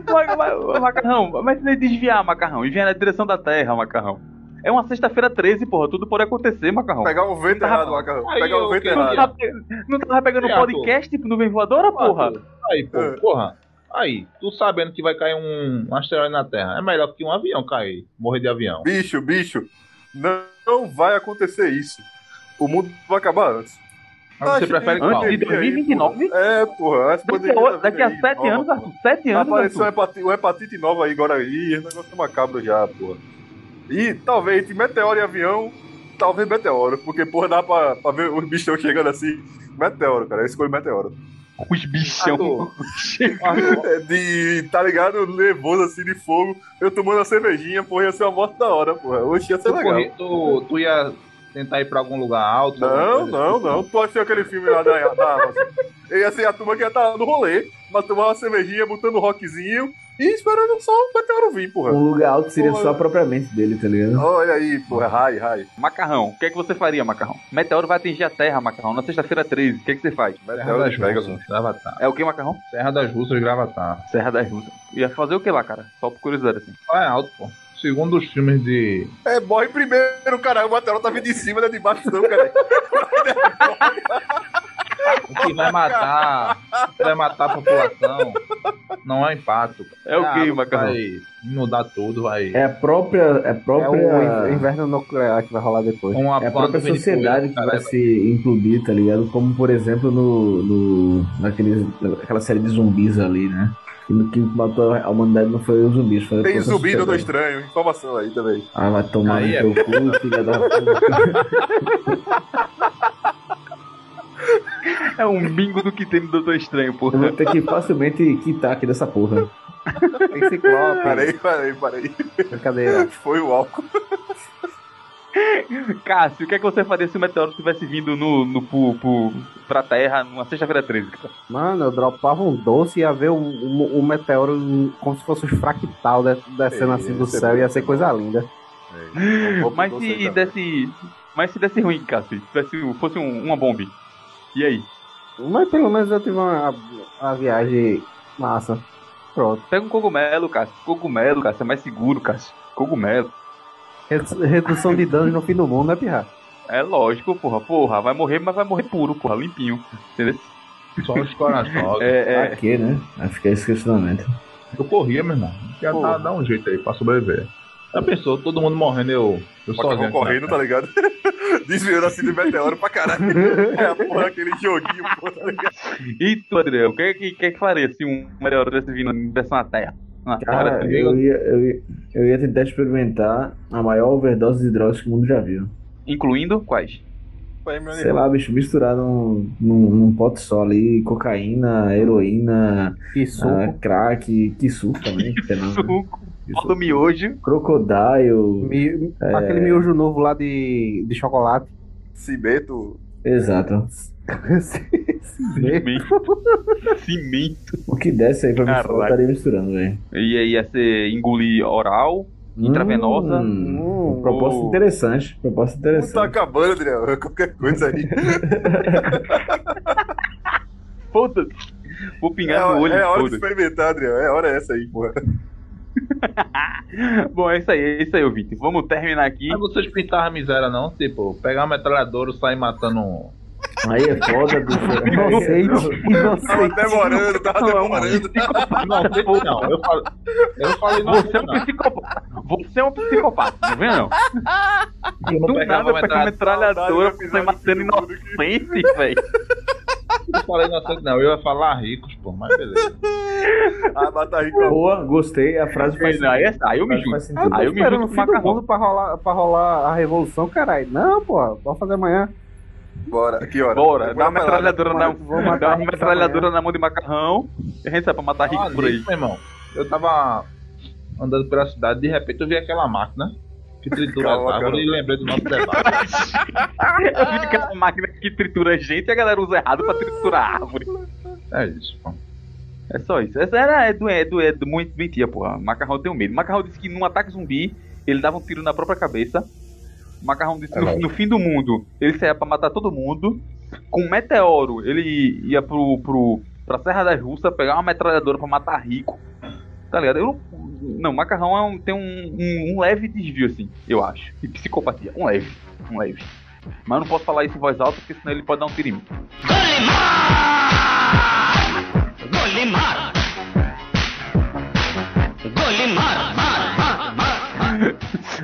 Speaker 5: Ma- ma- macarrão, mas se ele desviar, macarrão, e vier na direção da terra, macarrão. É uma sexta-feira 13, porra, tudo pode acontecer, macarrão.
Speaker 4: Pegar um vento
Speaker 5: Tá
Speaker 4: errado
Speaker 5: bom.
Speaker 4: lá, cara.
Speaker 2: Aí,
Speaker 4: Pegar um
Speaker 2: ô,
Speaker 4: vento
Speaker 2: que-
Speaker 5: não,
Speaker 4: errado.
Speaker 5: tava, pe- não tava pegando
Speaker 2: É,
Speaker 5: podcast, tipo, no Vem Voadora, porra?
Speaker 2: Aí, pô,
Speaker 4: É.
Speaker 2: porra. Aí, tu sabendo que vai cair um, um asteroide na Terra, é melhor que um avião cair, morrer de avião.
Speaker 4: Bicho, bicho, não vai acontecer isso. O mundo vai acabar antes.
Speaker 2: Mas você
Speaker 4: Ah,
Speaker 2: prefere
Speaker 4: gente,
Speaker 2: qual?
Speaker 5: Antes de
Speaker 4: aí, pô.
Speaker 5: 2029?
Speaker 4: É, porra. Essa pandemia tá
Speaker 5: 38,
Speaker 4: vindo
Speaker 5: daqui a
Speaker 4: aí,
Speaker 5: 7
Speaker 4: nova,
Speaker 5: anos,
Speaker 4: porra.
Speaker 5: Arthur. 7 anos,
Speaker 4: Apareceu uma
Speaker 5: Arthur.
Speaker 4: hepatite, uma hepatite nova aí agora aí, esse negócio tá macabro já, porra. E talvez entre meteoro e avião, talvez meteoro, porque porra dá pra, pra ver os bichão chegando assim. Meteoro, cara, eu escolho meteoro.
Speaker 5: Os bichão.
Speaker 2: Arthur. Arthur,
Speaker 4: É, De, tá ligado? Nervoso assim de fogo. Eu tomando uma cervejinha, porra, ia ser uma morte da hora, porra. Hoje ia ser
Speaker 2: tu,
Speaker 4: legal.
Speaker 2: corri- tu, tu ia tentar ir pra algum lugar alto?
Speaker 4: Não,
Speaker 2: alguma coisa
Speaker 4: não,
Speaker 2: assim?
Speaker 4: não. Tu achou aquele filme lá da, da Amazon? Eu ia ser a turma que ia estar no rolê, mas tomar uma cervejinha, botando um rockzinho e esperando só o meteoro vir, porra.
Speaker 3: Um lugar alto seria
Speaker 4: Porra.
Speaker 3: só propriamente dele, tá ligado?
Speaker 4: Olha aí, porra, raio, raio.
Speaker 5: Macarrão, o que é que você faria, Macarrão? Meteoro vai atingir a Terra, Macarrão, na sexta-feira 13. O que é que você faz?
Speaker 2: Serra
Speaker 4: Meteoro
Speaker 2: das
Speaker 4: de Vegas.
Speaker 2: Russas, Gravatar.
Speaker 5: É o que, Macarrão?
Speaker 2: Serra das Russas, Gravatar.
Speaker 5: Serra das Russas. Ia fazer o que lá, cara? Só por curiosidade, assim.
Speaker 2: Lá é alto, pô. Segundo os filmes de.
Speaker 4: É, morre primeiro, caralho. O meteoro tá vindo de cima, não é de baixo, não, cara.
Speaker 2: O que vai matar. o que vai matar a população. Não é impacto.
Speaker 5: É o
Speaker 2: Ah,
Speaker 5: que, Macarrão?
Speaker 2: Vai inundar tudo, vai.
Speaker 3: É a própria. É a
Speaker 1: É
Speaker 3: própria.
Speaker 1: o in- inverno nuclear que vai rolar depois.
Speaker 2: uma
Speaker 3: É a própria
Speaker 2: planta de
Speaker 3: sociedade
Speaker 2: coisa,
Speaker 3: que
Speaker 2: caralho.
Speaker 3: vai se implodir, tá ligado? Como, por exemplo, no, no, naquele, naquela série de zumbis ali, né? E no que matou a humanidade não foi os zumbis, foi a
Speaker 4: Tem
Speaker 3: própria
Speaker 4: zumbi do
Speaker 3: sociedade.
Speaker 4: estranho. Informação aí também.
Speaker 3: Ah, vai tomar
Speaker 2: Aí é
Speaker 3: no teu cu, filha da puta.
Speaker 5: É um bingo do que tem no Doutor Estranho,
Speaker 3: Eu
Speaker 5: porra.
Speaker 3: vou ter que facilmente quitar aqui dessa porra.
Speaker 1: Tem ciclope,
Speaker 4: Parei, parei, parei.
Speaker 1: brincadeira.
Speaker 4: Foi o
Speaker 5: <laughs>
Speaker 4: álcool.
Speaker 5: Cássio, o que é que você faria se o meteoro tivesse vindo no, no, pro, pro, pra Terra numa sexta-feira 13, cara?
Speaker 1: Mano, eu dropava um doce e ia ver o, o, o meteoro em- como se fosse um fractal de- descendo assim do
Speaker 4: Esse é
Speaker 1: céu.
Speaker 4: bom.
Speaker 1: Ia ser coisa linda.
Speaker 4: Vou pro
Speaker 5: Mas
Speaker 4: doce aí
Speaker 5: se
Speaker 4: também.
Speaker 5: desse. Mas se desse ruim, Cássio, se desse- fosse um- uma bomba. E aí?
Speaker 1: Mas pelo menos eu tive uma, uma viagem massa. Pronto.
Speaker 5: Pega um cogumelo, Cássio. Cogumelo, Cássio, é mais seguro, Cássio. Cogumelo.
Speaker 1: Redu- Redução de danos no fim do mundo, né, pirra?
Speaker 5: É lógico, porra. Porra, vai morrer, mas vai morrer puro, porra, limpinho. Entendeu?
Speaker 2: é Só os <laughs> corações.
Speaker 5: É, é.
Speaker 3: Pra quê, né? Aí fica esse questionamento.
Speaker 2: Eu corria, meu irmão. Já
Speaker 5: Pô.
Speaker 2: tá, dá um jeito aí pra sobreviver. Já pensou, todo mundo morrendo, eu, eu
Speaker 4: Só
Speaker 2: sozinho.
Speaker 4: vão
Speaker 5: né?
Speaker 4: correndo, tá ligado? <laughs> Desviando assim de meteoro pra caralho. É a porra, aquele joguinho, pô, tá ligado?
Speaker 5: E tu, Adriano, o que, que, que, que faria se um meteoro tivesse vindo em direção à Terra? Na Terra
Speaker 2: tá
Speaker 3: Cara, eu ia, eu, ia, eu ia tentar experimentar a maior overdose de drogas que o mundo já viu.
Speaker 5: Incluindo quais?
Speaker 4: Vai me
Speaker 3: Sei lá, bicho, misturar num, num, num pote só ali, cocaína, heroína,
Speaker 1: Que suco.
Speaker 3: ah, crack, que suco também, sei
Speaker 4: <laughs>
Speaker 3: lá, né?
Speaker 5: Suco, pó do miojo.
Speaker 3: Crocodile.
Speaker 1: Mi-
Speaker 3: é.
Speaker 1: Aquele miojo novo lá de, de
Speaker 3: <laughs>
Speaker 1: chocolate.
Speaker 4: Cimento.
Speaker 3: Exato.
Speaker 5: Cimento. Cimento.
Speaker 3: O que desce aí pra mim,
Speaker 5: Caralho.
Speaker 3: eu estaria misturando, velho.
Speaker 5: E aí ia ser engolir oral, intravenosa.
Speaker 3: Hum,
Speaker 1: Hum,
Speaker 3: proposta
Speaker 5: o-
Speaker 3: interessante. Proposta
Speaker 4: Não tá
Speaker 3: interessante.
Speaker 4: acabando, Adriano. <laughs> Qualquer coisa aí.
Speaker 5: Foda-se. Vou
Speaker 4: É,
Speaker 5: pingar no olho.
Speaker 4: é hora de
Speaker 5: foda-se.
Speaker 4: experimentar, Adriano. É hora essa aí, porra.
Speaker 5: Bom, é isso aí, é isso aí, ouvinte. Vamos terminar aqui.
Speaker 2: Mas vocês pintavam a miséria, não? Tipo, pegar uma metralhadora e sair matando um.
Speaker 3: Aí é foda, bicho.
Speaker 1: Inocente.
Speaker 4: Tava
Speaker 1: Inocente.
Speaker 4: demorando, tava
Speaker 5: é um
Speaker 4: demorando.
Speaker 2: <laughs> Não, sei que não. Eu falo. Eu falei não,
Speaker 5: Você é
Speaker 2: sei
Speaker 5: um
Speaker 2: não.
Speaker 5: psicopata. Você é um psicopata, tá vendo?
Speaker 2: Eu não
Speaker 5: Do
Speaker 2: pegava
Speaker 5: nada
Speaker 2: a
Speaker 5: pega uma
Speaker 2: metralhadora.
Speaker 5: metralhadora pra
Speaker 4: Saudade,
Speaker 5: sair matando
Speaker 4: episódio do mundo
Speaker 5: inocente, velho.
Speaker 2: Eu falei não, sei que não. Eu ia falar ricos, pô, mas <laughs> beleza.
Speaker 4: Ah, matar rico. é bom.
Speaker 3: Boa, gostei. A frase faz
Speaker 5: Aí, é aí eu me
Speaker 1: <laughs>
Speaker 3: Faz
Speaker 5: julgo.
Speaker 3: sentido.
Speaker 5: Aí eu me
Speaker 1: Espera
Speaker 5: junto com
Speaker 1: no
Speaker 5: o
Speaker 1: fim do
Speaker 5: macarrão.
Speaker 1: mundo pra rolar, pra rolar a revolução, caralho. Não, pô, bora fazer amanhã.
Speaker 4: Bora, que hora?
Speaker 5: Bora, dá uma
Speaker 4: Vai lá, né?
Speaker 5: metralhadora na,
Speaker 1: Vou matar
Speaker 5: dá uma
Speaker 1: rico
Speaker 5: metralhadora na mão de macarrão. E a gente sai pra matar rico
Speaker 2: Ah,
Speaker 5: por aí.
Speaker 2: nisso, meu irmão. Eu tava andando pela cidade, de repente eu vi aquela máquina que tritura as
Speaker 4: Calma,
Speaker 2: árvores
Speaker 4: calma.
Speaker 2: e lembrei do nosso debate.
Speaker 5: Ah, Eu vi aquela máquina que tritura a gente e a galera usa errado pra triturar a árvore.
Speaker 2: É isso, pô.
Speaker 5: É só isso. Essa era é do, é do, é do muito mentira, porra. Macarrão tem um medo. Macarrão disse que num ataque zumbi ele dava um tiro na própria cabeça. Macarrão disse que no, no fim do mundo ele saía pra matar todo mundo. Com um meteoro ele ia pro, pro, pra Serra das Russas pegar uma metralhadora pra matar rico. Tá ligado? Eu não. Não, macarrão é um- tem um, um- um leve desvio, assim, eu acho. E psicopatia. Um leve. Um leve. Mas eu não posso falar isso em voz alta, porque senão ele pode dar um tiro em mim.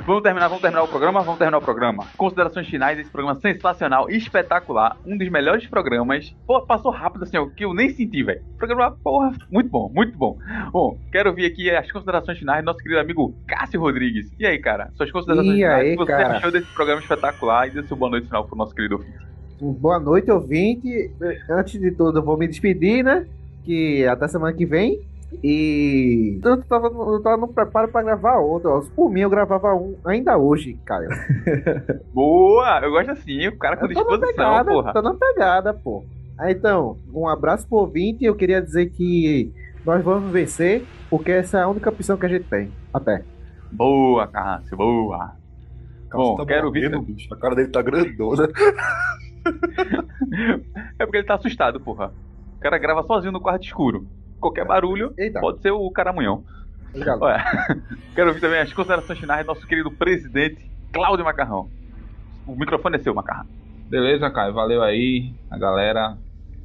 Speaker 5: Vamos terminar, vamos terminar o programa, vamos terminar o programa. Considerações finais desse programa sensacional, espetacular, um dos melhores programas. Pô, passou rápido assim, ó, que eu nem senti, velho. Programa, porra, muito bom, muito bom. Bom, quero ouvir aqui as considerações finais do nosso querido amigo Cássio Rodrigues. E aí, cara, suas considerações
Speaker 1: E
Speaker 5: finais,
Speaker 1: aí,
Speaker 5: o que você
Speaker 1: cara?
Speaker 5: achou desse programa espetacular e desse boa noite final pro nosso querido ouvinte.
Speaker 1: Um Boa noite, ouvinte. Antes de tudo, eu vou me despedir, né? Que até semana que vem. E eu tava, eu tava no preparo pra gravar outro. ó. Por mim, eu gravava um ainda hoje, Caio.
Speaker 5: Boa! Eu gosto assim, o cara com
Speaker 1: Eu tô na
Speaker 5: disposição,
Speaker 1: pegada,
Speaker 5: porra.
Speaker 1: tô na pegada, pô. Ah, Então, um abraço pro ouvinte. Eu queria dizer que nós vamos vencer, porque essa é a única opção que a gente tem. Até.
Speaker 5: Boa, Cássio, boa. Bom,
Speaker 4: tá
Speaker 5: quero ouvir-
Speaker 4: morrendo, bicho. A cara dele tá grandona.
Speaker 5: É porque ele tá assustado, porra. O cara grava sozinho no quarto escuro. Qualquer barulho
Speaker 1: Eita,
Speaker 5: pode ser o caramunhão.
Speaker 1: obrigado.
Speaker 5: Olha, quero ouvir também as considerações finais do nosso querido presidente Cláudio Macarrão. O microfone é seu, Macarrão.
Speaker 2: Beleza, Caio. Valeu aí, a galera.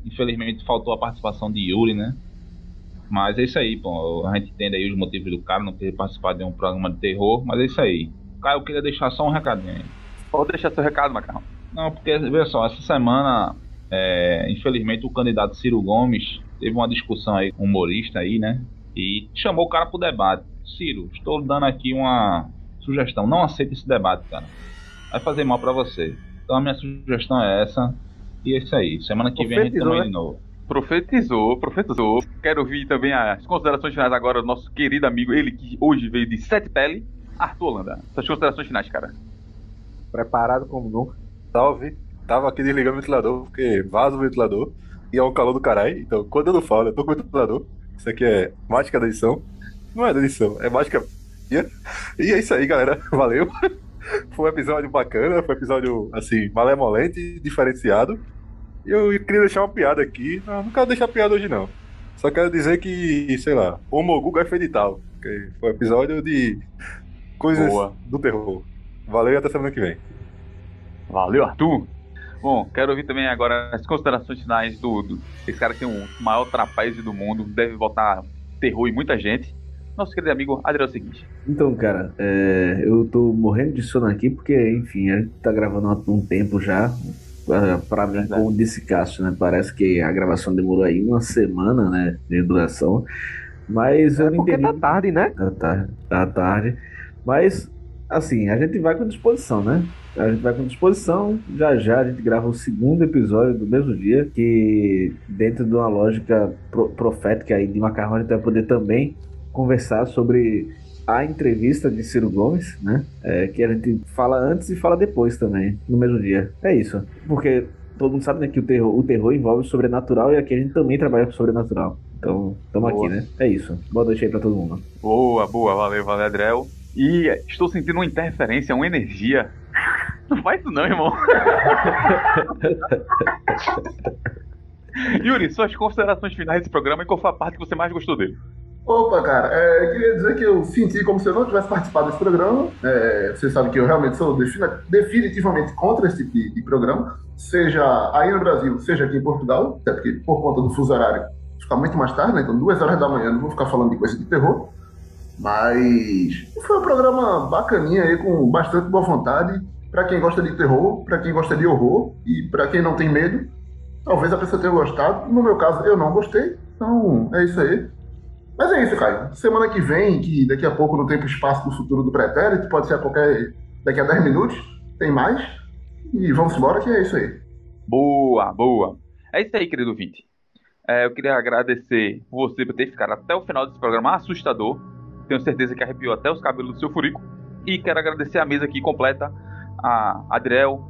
Speaker 2: Infelizmente faltou a participação de Yuri, né? Mas é isso aí, pô. A gente entende aí os motivos do cara não querer participar de um programa de terror, mas é isso aí. Caio, eu queria deixar só um recadinho aí.
Speaker 5: Pode deixar seu recado, Macarrão.
Speaker 2: Não, porque, veja só, essa semana, é, infelizmente, o candidato Ciro Gomes teve uma discussão aí com um humorista aí, né? E chamou o cara pro debate. Ciro, estou dando aqui uma sugestão. Não aceita esse debate, cara. Vai fazer mal pra você. Então a minha sugestão é essa. E é isso aí. Semana que vem a gente
Speaker 1: Profetizou,
Speaker 2: tamo aí
Speaker 1: né?
Speaker 2: de novo.
Speaker 5: Profetizou, profetizou. Quero ouvir também as considerações finais agora do nosso querido amigo, ele que hoje veio de sete pele, Arthur Holanda. Suas considerações finais, cara.
Speaker 1: Preparado como nunca.
Speaker 4: Salve. Tava aqui desligando o ventilador, porque vaza o ventilador. E é um calor do caralho. Então, quando eu não falo, eu tô com o ventilador. Isso aqui é mágica da edição. Não é da edição, é mágica. minha. E é isso aí, galera. <laughs> Valeu. Foi um episódio bacana, foi um episódio, assim, malemolente, diferenciado. E eu queria deixar uma piada aqui. Não, não quero deixar piada hoje, não. Só quero dizer que, sei lá, o Mogu é de tal. que Foi um episódio de coisas
Speaker 5: Boa.
Speaker 4: do terror. Valeu e até semana que vem.
Speaker 5: Valeu, Arthur. Bom, quero ouvir também agora as considerações finais do, do- Esse cara tem o maior trapézio do mundo, deve botar terror em muita gente. Nosso querido amigo Adriano Seguinte.
Speaker 3: Então, cara, é, eu tô morrendo de sono aqui porque, enfim, a gente tá gravando há um tempo já. Pra- Pra mim,
Speaker 1: é.
Speaker 5: Verdade.
Speaker 3: como disse Cássio, né? Parece que a gravação demorou aí uma semana, né? De duração. Mas eu não
Speaker 1: Porque
Speaker 3: entendi.
Speaker 1: tá tarde, né?
Speaker 3: Tá tarde, tá tarde. Mas, assim, a gente vai com disposição, né? A gente vai com disposição. Já já a gente grava o segundo episódio do mesmo dia, que dentro de uma lógica pro- profética aí de macarrão, a gente vai poder também conversar sobre a entrevista de Ciro Gomes, né? É, que a gente fala antes e fala depois também, no mesmo dia. É isso. Porque todo mundo sabe né, que o terror, o terror envolve o sobrenatural e aqui a gente também trabalha com o sobrenatural. Então, tamo aqui,
Speaker 5: Boa.
Speaker 3: né? É isso. Boa noite aí pra todo mundo.
Speaker 5: Boa, boa, valeu, valeu, Adriel. E estou sentindo uma interferência, uma energia. <laughs> Não faz isso não, irmão. Yuri, suas considerações finais desse programa e qual foi a parte que você mais gostou dele?
Speaker 8: Opa, cara, é, eu queria dizer que eu senti como se eu não tivesse participado desse programa. É, vocês sabem que eu realmente sou defini- definitivamente contra esse tipo de, de programa, seja aí no Brasil, seja aqui em Portugal, até porque por conta do fuso horário fica muito mais tarde, né? Então, duas horas da manhã eu não vou ficar falando de coisa de terror. Mas foi um programa bacaninha aí, com bastante boa vontade. Pra quem gosta de terror, pra quem gosta de horror e pra quem não tem medo, talvez a pessoa tenha gostado. No meu caso, eu não gostei. Então, é isso aí. Mas é isso, Caio. Semana que vem, que daqui a pouco no tempo e espaço do futuro do pretérito, pode ser a qualquer. daqui a 10 minutos, tem mais. E vamos embora, que é isso aí.
Speaker 5: Boa, boa. É isso aí, querido ouvinte. É, eu queria agradecer você por ter ficado até o final desse programa assustador. Tenho certeza que arrepiou até os cabelos do seu furico. E quero agradecer a mesa aqui completa: a Adriel,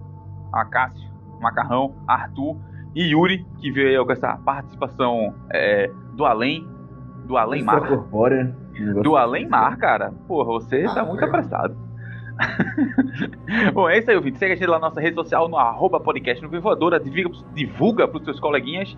Speaker 5: a Cássio, Macarrão, Arthur e Yuri, que veio aí com essa participação é, do além, do além mar.
Speaker 3: Corpórea.
Speaker 5: Do além mar, cara. Porra, você
Speaker 8: Ah,
Speaker 5: tá muito
Speaker 8: foi.
Speaker 5: apressado. <laughs> Bom, é isso aí, ouvinte. Segue a gente lá na nossa rede social, no arroba podcast no Vivoadora. Divulga, divulga pros seus coleguinhas.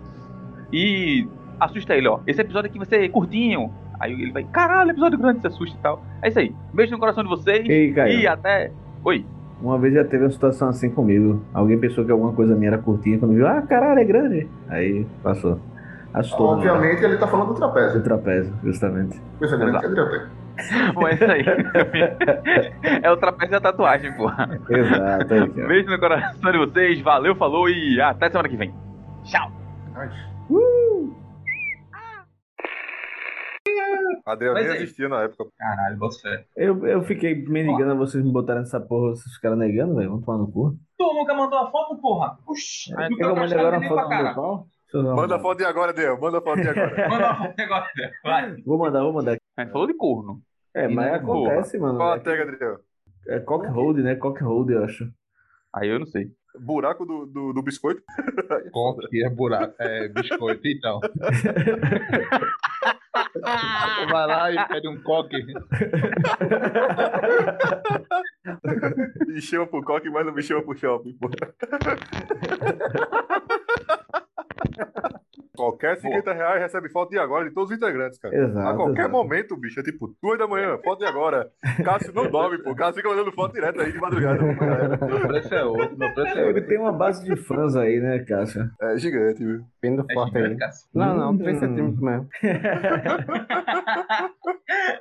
Speaker 5: E assusta ele, ó. Esse episódio aqui vai ser curtinho. Aí ele vai, caralho, episódio grande, se assusta e tal. É isso aí. Beijo no coração de vocês.
Speaker 3: Ei, Caio,
Speaker 5: E até. Oi.
Speaker 3: uma vez já teve uma situação assim comigo. Alguém pensou que alguma coisa minha era curtinha, quando viu, ah, caralho, é grande. Aí passou. Assustou. né?
Speaker 8: Obviamente ele tá falando do
Speaker 3: Do
Speaker 8: trapézio.
Speaker 3: trapézio, justamente.
Speaker 8: Coisa grande
Speaker 5: Exato.
Speaker 8: que é Adriano tem.
Speaker 5: Bom, é isso aí. é o trapézio da tatuagem, porra.
Speaker 3: Exato. aí, cara.
Speaker 5: Beijo no coração de vocês. Valeu, falou e até semana que vem. Tchau.
Speaker 8: Mas-
Speaker 4: Adriano
Speaker 5: Mas
Speaker 4: nem
Speaker 5: é isso.
Speaker 4: existia na época.
Speaker 3: Tá
Speaker 2: Caralho, você.
Speaker 3: eu, eu fiquei me ligando a vocês me botarem nessa porra, vocês ficaram negando, velho. Vamos tomar no cu.
Speaker 9: Tu nunca mandou a foto, porra?
Speaker 5: É,
Speaker 9: Oxi,
Speaker 2: Ah,
Speaker 9: tu
Speaker 5: então tá
Speaker 3: Quer que eu mande agora uma foto do meu
Speaker 9: cara.
Speaker 3: pau? Deixa eu dar uma
Speaker 4: Manda a
Speaker 3: olhada.
Speaker 4: foto de agora, Deu. Manda a foto
Speaker 3: <laughs>
Speaker 4: de agora.
Speaker 9: Manda uma foto agora, Daniel. vai.
Speaker 3: Vou mandar, vou mandar.
Speaker 5: Aí falou de corno.
Speaker 3: É,
Speaker 5: E
Speaker 3: mas
Speaker 5: não vou.
Speaker 3: acontece, mano.
Speaker 4: Fala, Tega, Deu.
Speaker 3: É cock hold, né? Cock hold, eu acho.
Speaker 5: Aí eu não sei.
Speaker 4: Buraco do, do, do biscoito.
Speaker 2: Coque é buraco, é biscoito, <laughs> então. Vai lá e pede um coque.
Speaker 4: Me chama pro coque, mas não me chama pro
Speaker 3: <laughs>
Speaker 4: shopping, pô. Qualquer 50 reais recebe foto de agora de todos os integrantes, cara.
Speaker 3: Exato.
Speaker 4: A qualquer
Speaker 3: exato.
Speaker 4: momento, bicho. É tipo, duas da manhã, foto de agora. Cássio não dorme, pô. Cássio fica mandando foto direto aí de madrugada. pra
Speaker 3: <laughs>
Speaker 4: galera.
Speaker 2: Meu preço é outro, meu preço é
Speaker 3: Ele
Speaker 2: outro.
Speaker 3: tem uma base de fãs aí, né, Cássio?
Speaker 4: É gigante, viu?
Speaker 1: Pendo forte aí.
Speaker 9: Cássio.
Speaker 1: Não, não, 3
Speaker 3: Hum.
Speaker 1: centímetros mesmo.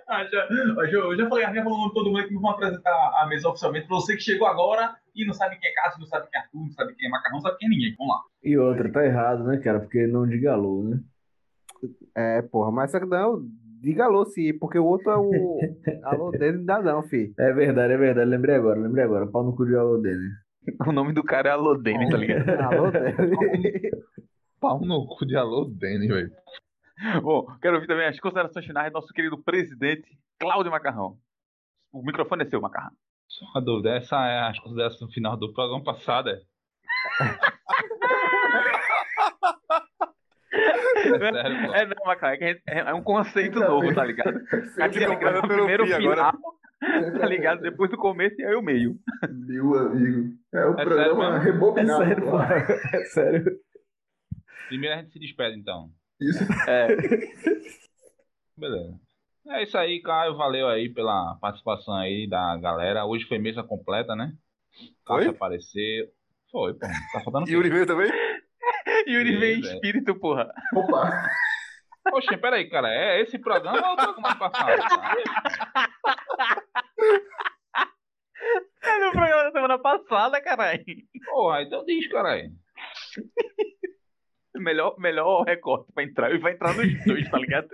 Speaker 9: Ah, já- Hoje eu já falei, a minha falou o nome de todo mundo que vamos apresentar a mesa oficialmente. Pra você que chegou agora e não sabe quem é Cássio, não sabe quem é Arthur, não sabe quem é Macarrão, não sabe quem é ninguém. Vamos lá.
Speaker 3: E outra, tá errado, né, cara? Porque não diga alô, né?
Speaker 1: É, porra, mas só que não, diga alô sim, porque o outro é
Speaker 3: <laughs>
Speaker 1: o. alô dele não dá não, fi.
Speaker 3: É verdade, é verdade. Lembrei agora, lembrei agora. Pau no cu de alô dele.
Speaker 5: O nome do cara é Alodene, tá ligado?
Speaker 4: <laughs>
Speaker 1: Alô dele.
Speaker 2: Pau no cu de alô, Denny, velho.
Speaker 5: Bom, quero ouvir também as considerações finais do nosso querido presidente Cláudio Macarrão. O microfone é seu, Macarrão.
Speaker 2: Só uma dúvida, essa é as considerações no final do programa passado, é? sério, pô.
Speaker 5: É não, Macarrão, é, que a gente- é um conceito novo, tá
Speaker 4: <laughs>
Speaker 5: ligado? A gente
Speaker 4: Fica
Speaker 5: grava
Speaker 4: comprando pelo
Speaker 5: primeiro o
Speaker 4: fim
Speaker 5: final,
Speaker 4: agora.
Speaker 5: tá ligado? Depois do começo
Speaker 9: é
Speaker 5: e aí o <laughs> meio.
Speaker 8: Meu amigo. É o
Speaker 2: É
Speaker 8: programa
Speaker 2: sério mesmo?
Speaker 3: É
Speaker 8: rebobinado.
Speaker 3: sério, pô.
Speaker 1: <laughs>
Speaker 3: É sério.
Speaker 2: Primeiro a gente se despede, então.
Speaker 8: Isso.
Speaker 2: Beleza. É isso aí, Caio. Valeu aí pela participação aí da galera. Hoje foi mesa completa, né?
Speaker 4: Foi?
Speaker 2: Cássio apareceu. Foi, pô. Tá
Speaker 4: <laughs>
Speaker 2: faltando
Speaker 4: E o Oliveira também?
Speaker 5: Yuri vem em
Speaker 2: Beleza.
Speaker 5: espírito,
Speaker 9: <laughs>
Speaker 5: porra.
Speaker 8: Opa.
Speaker 2: Oxe, peraí, cara. É esse programa ou o programa
Speaker 4: <laughs>
Speaker 2: passado? cara?
Speaker 5: É no programa da semana passada, caralho.
Speaker 2: Porra, então diz, caralho.
Speaker 5: Melhor, melhor recorte pra entrar. E vai entrar nos dois, tá ligado?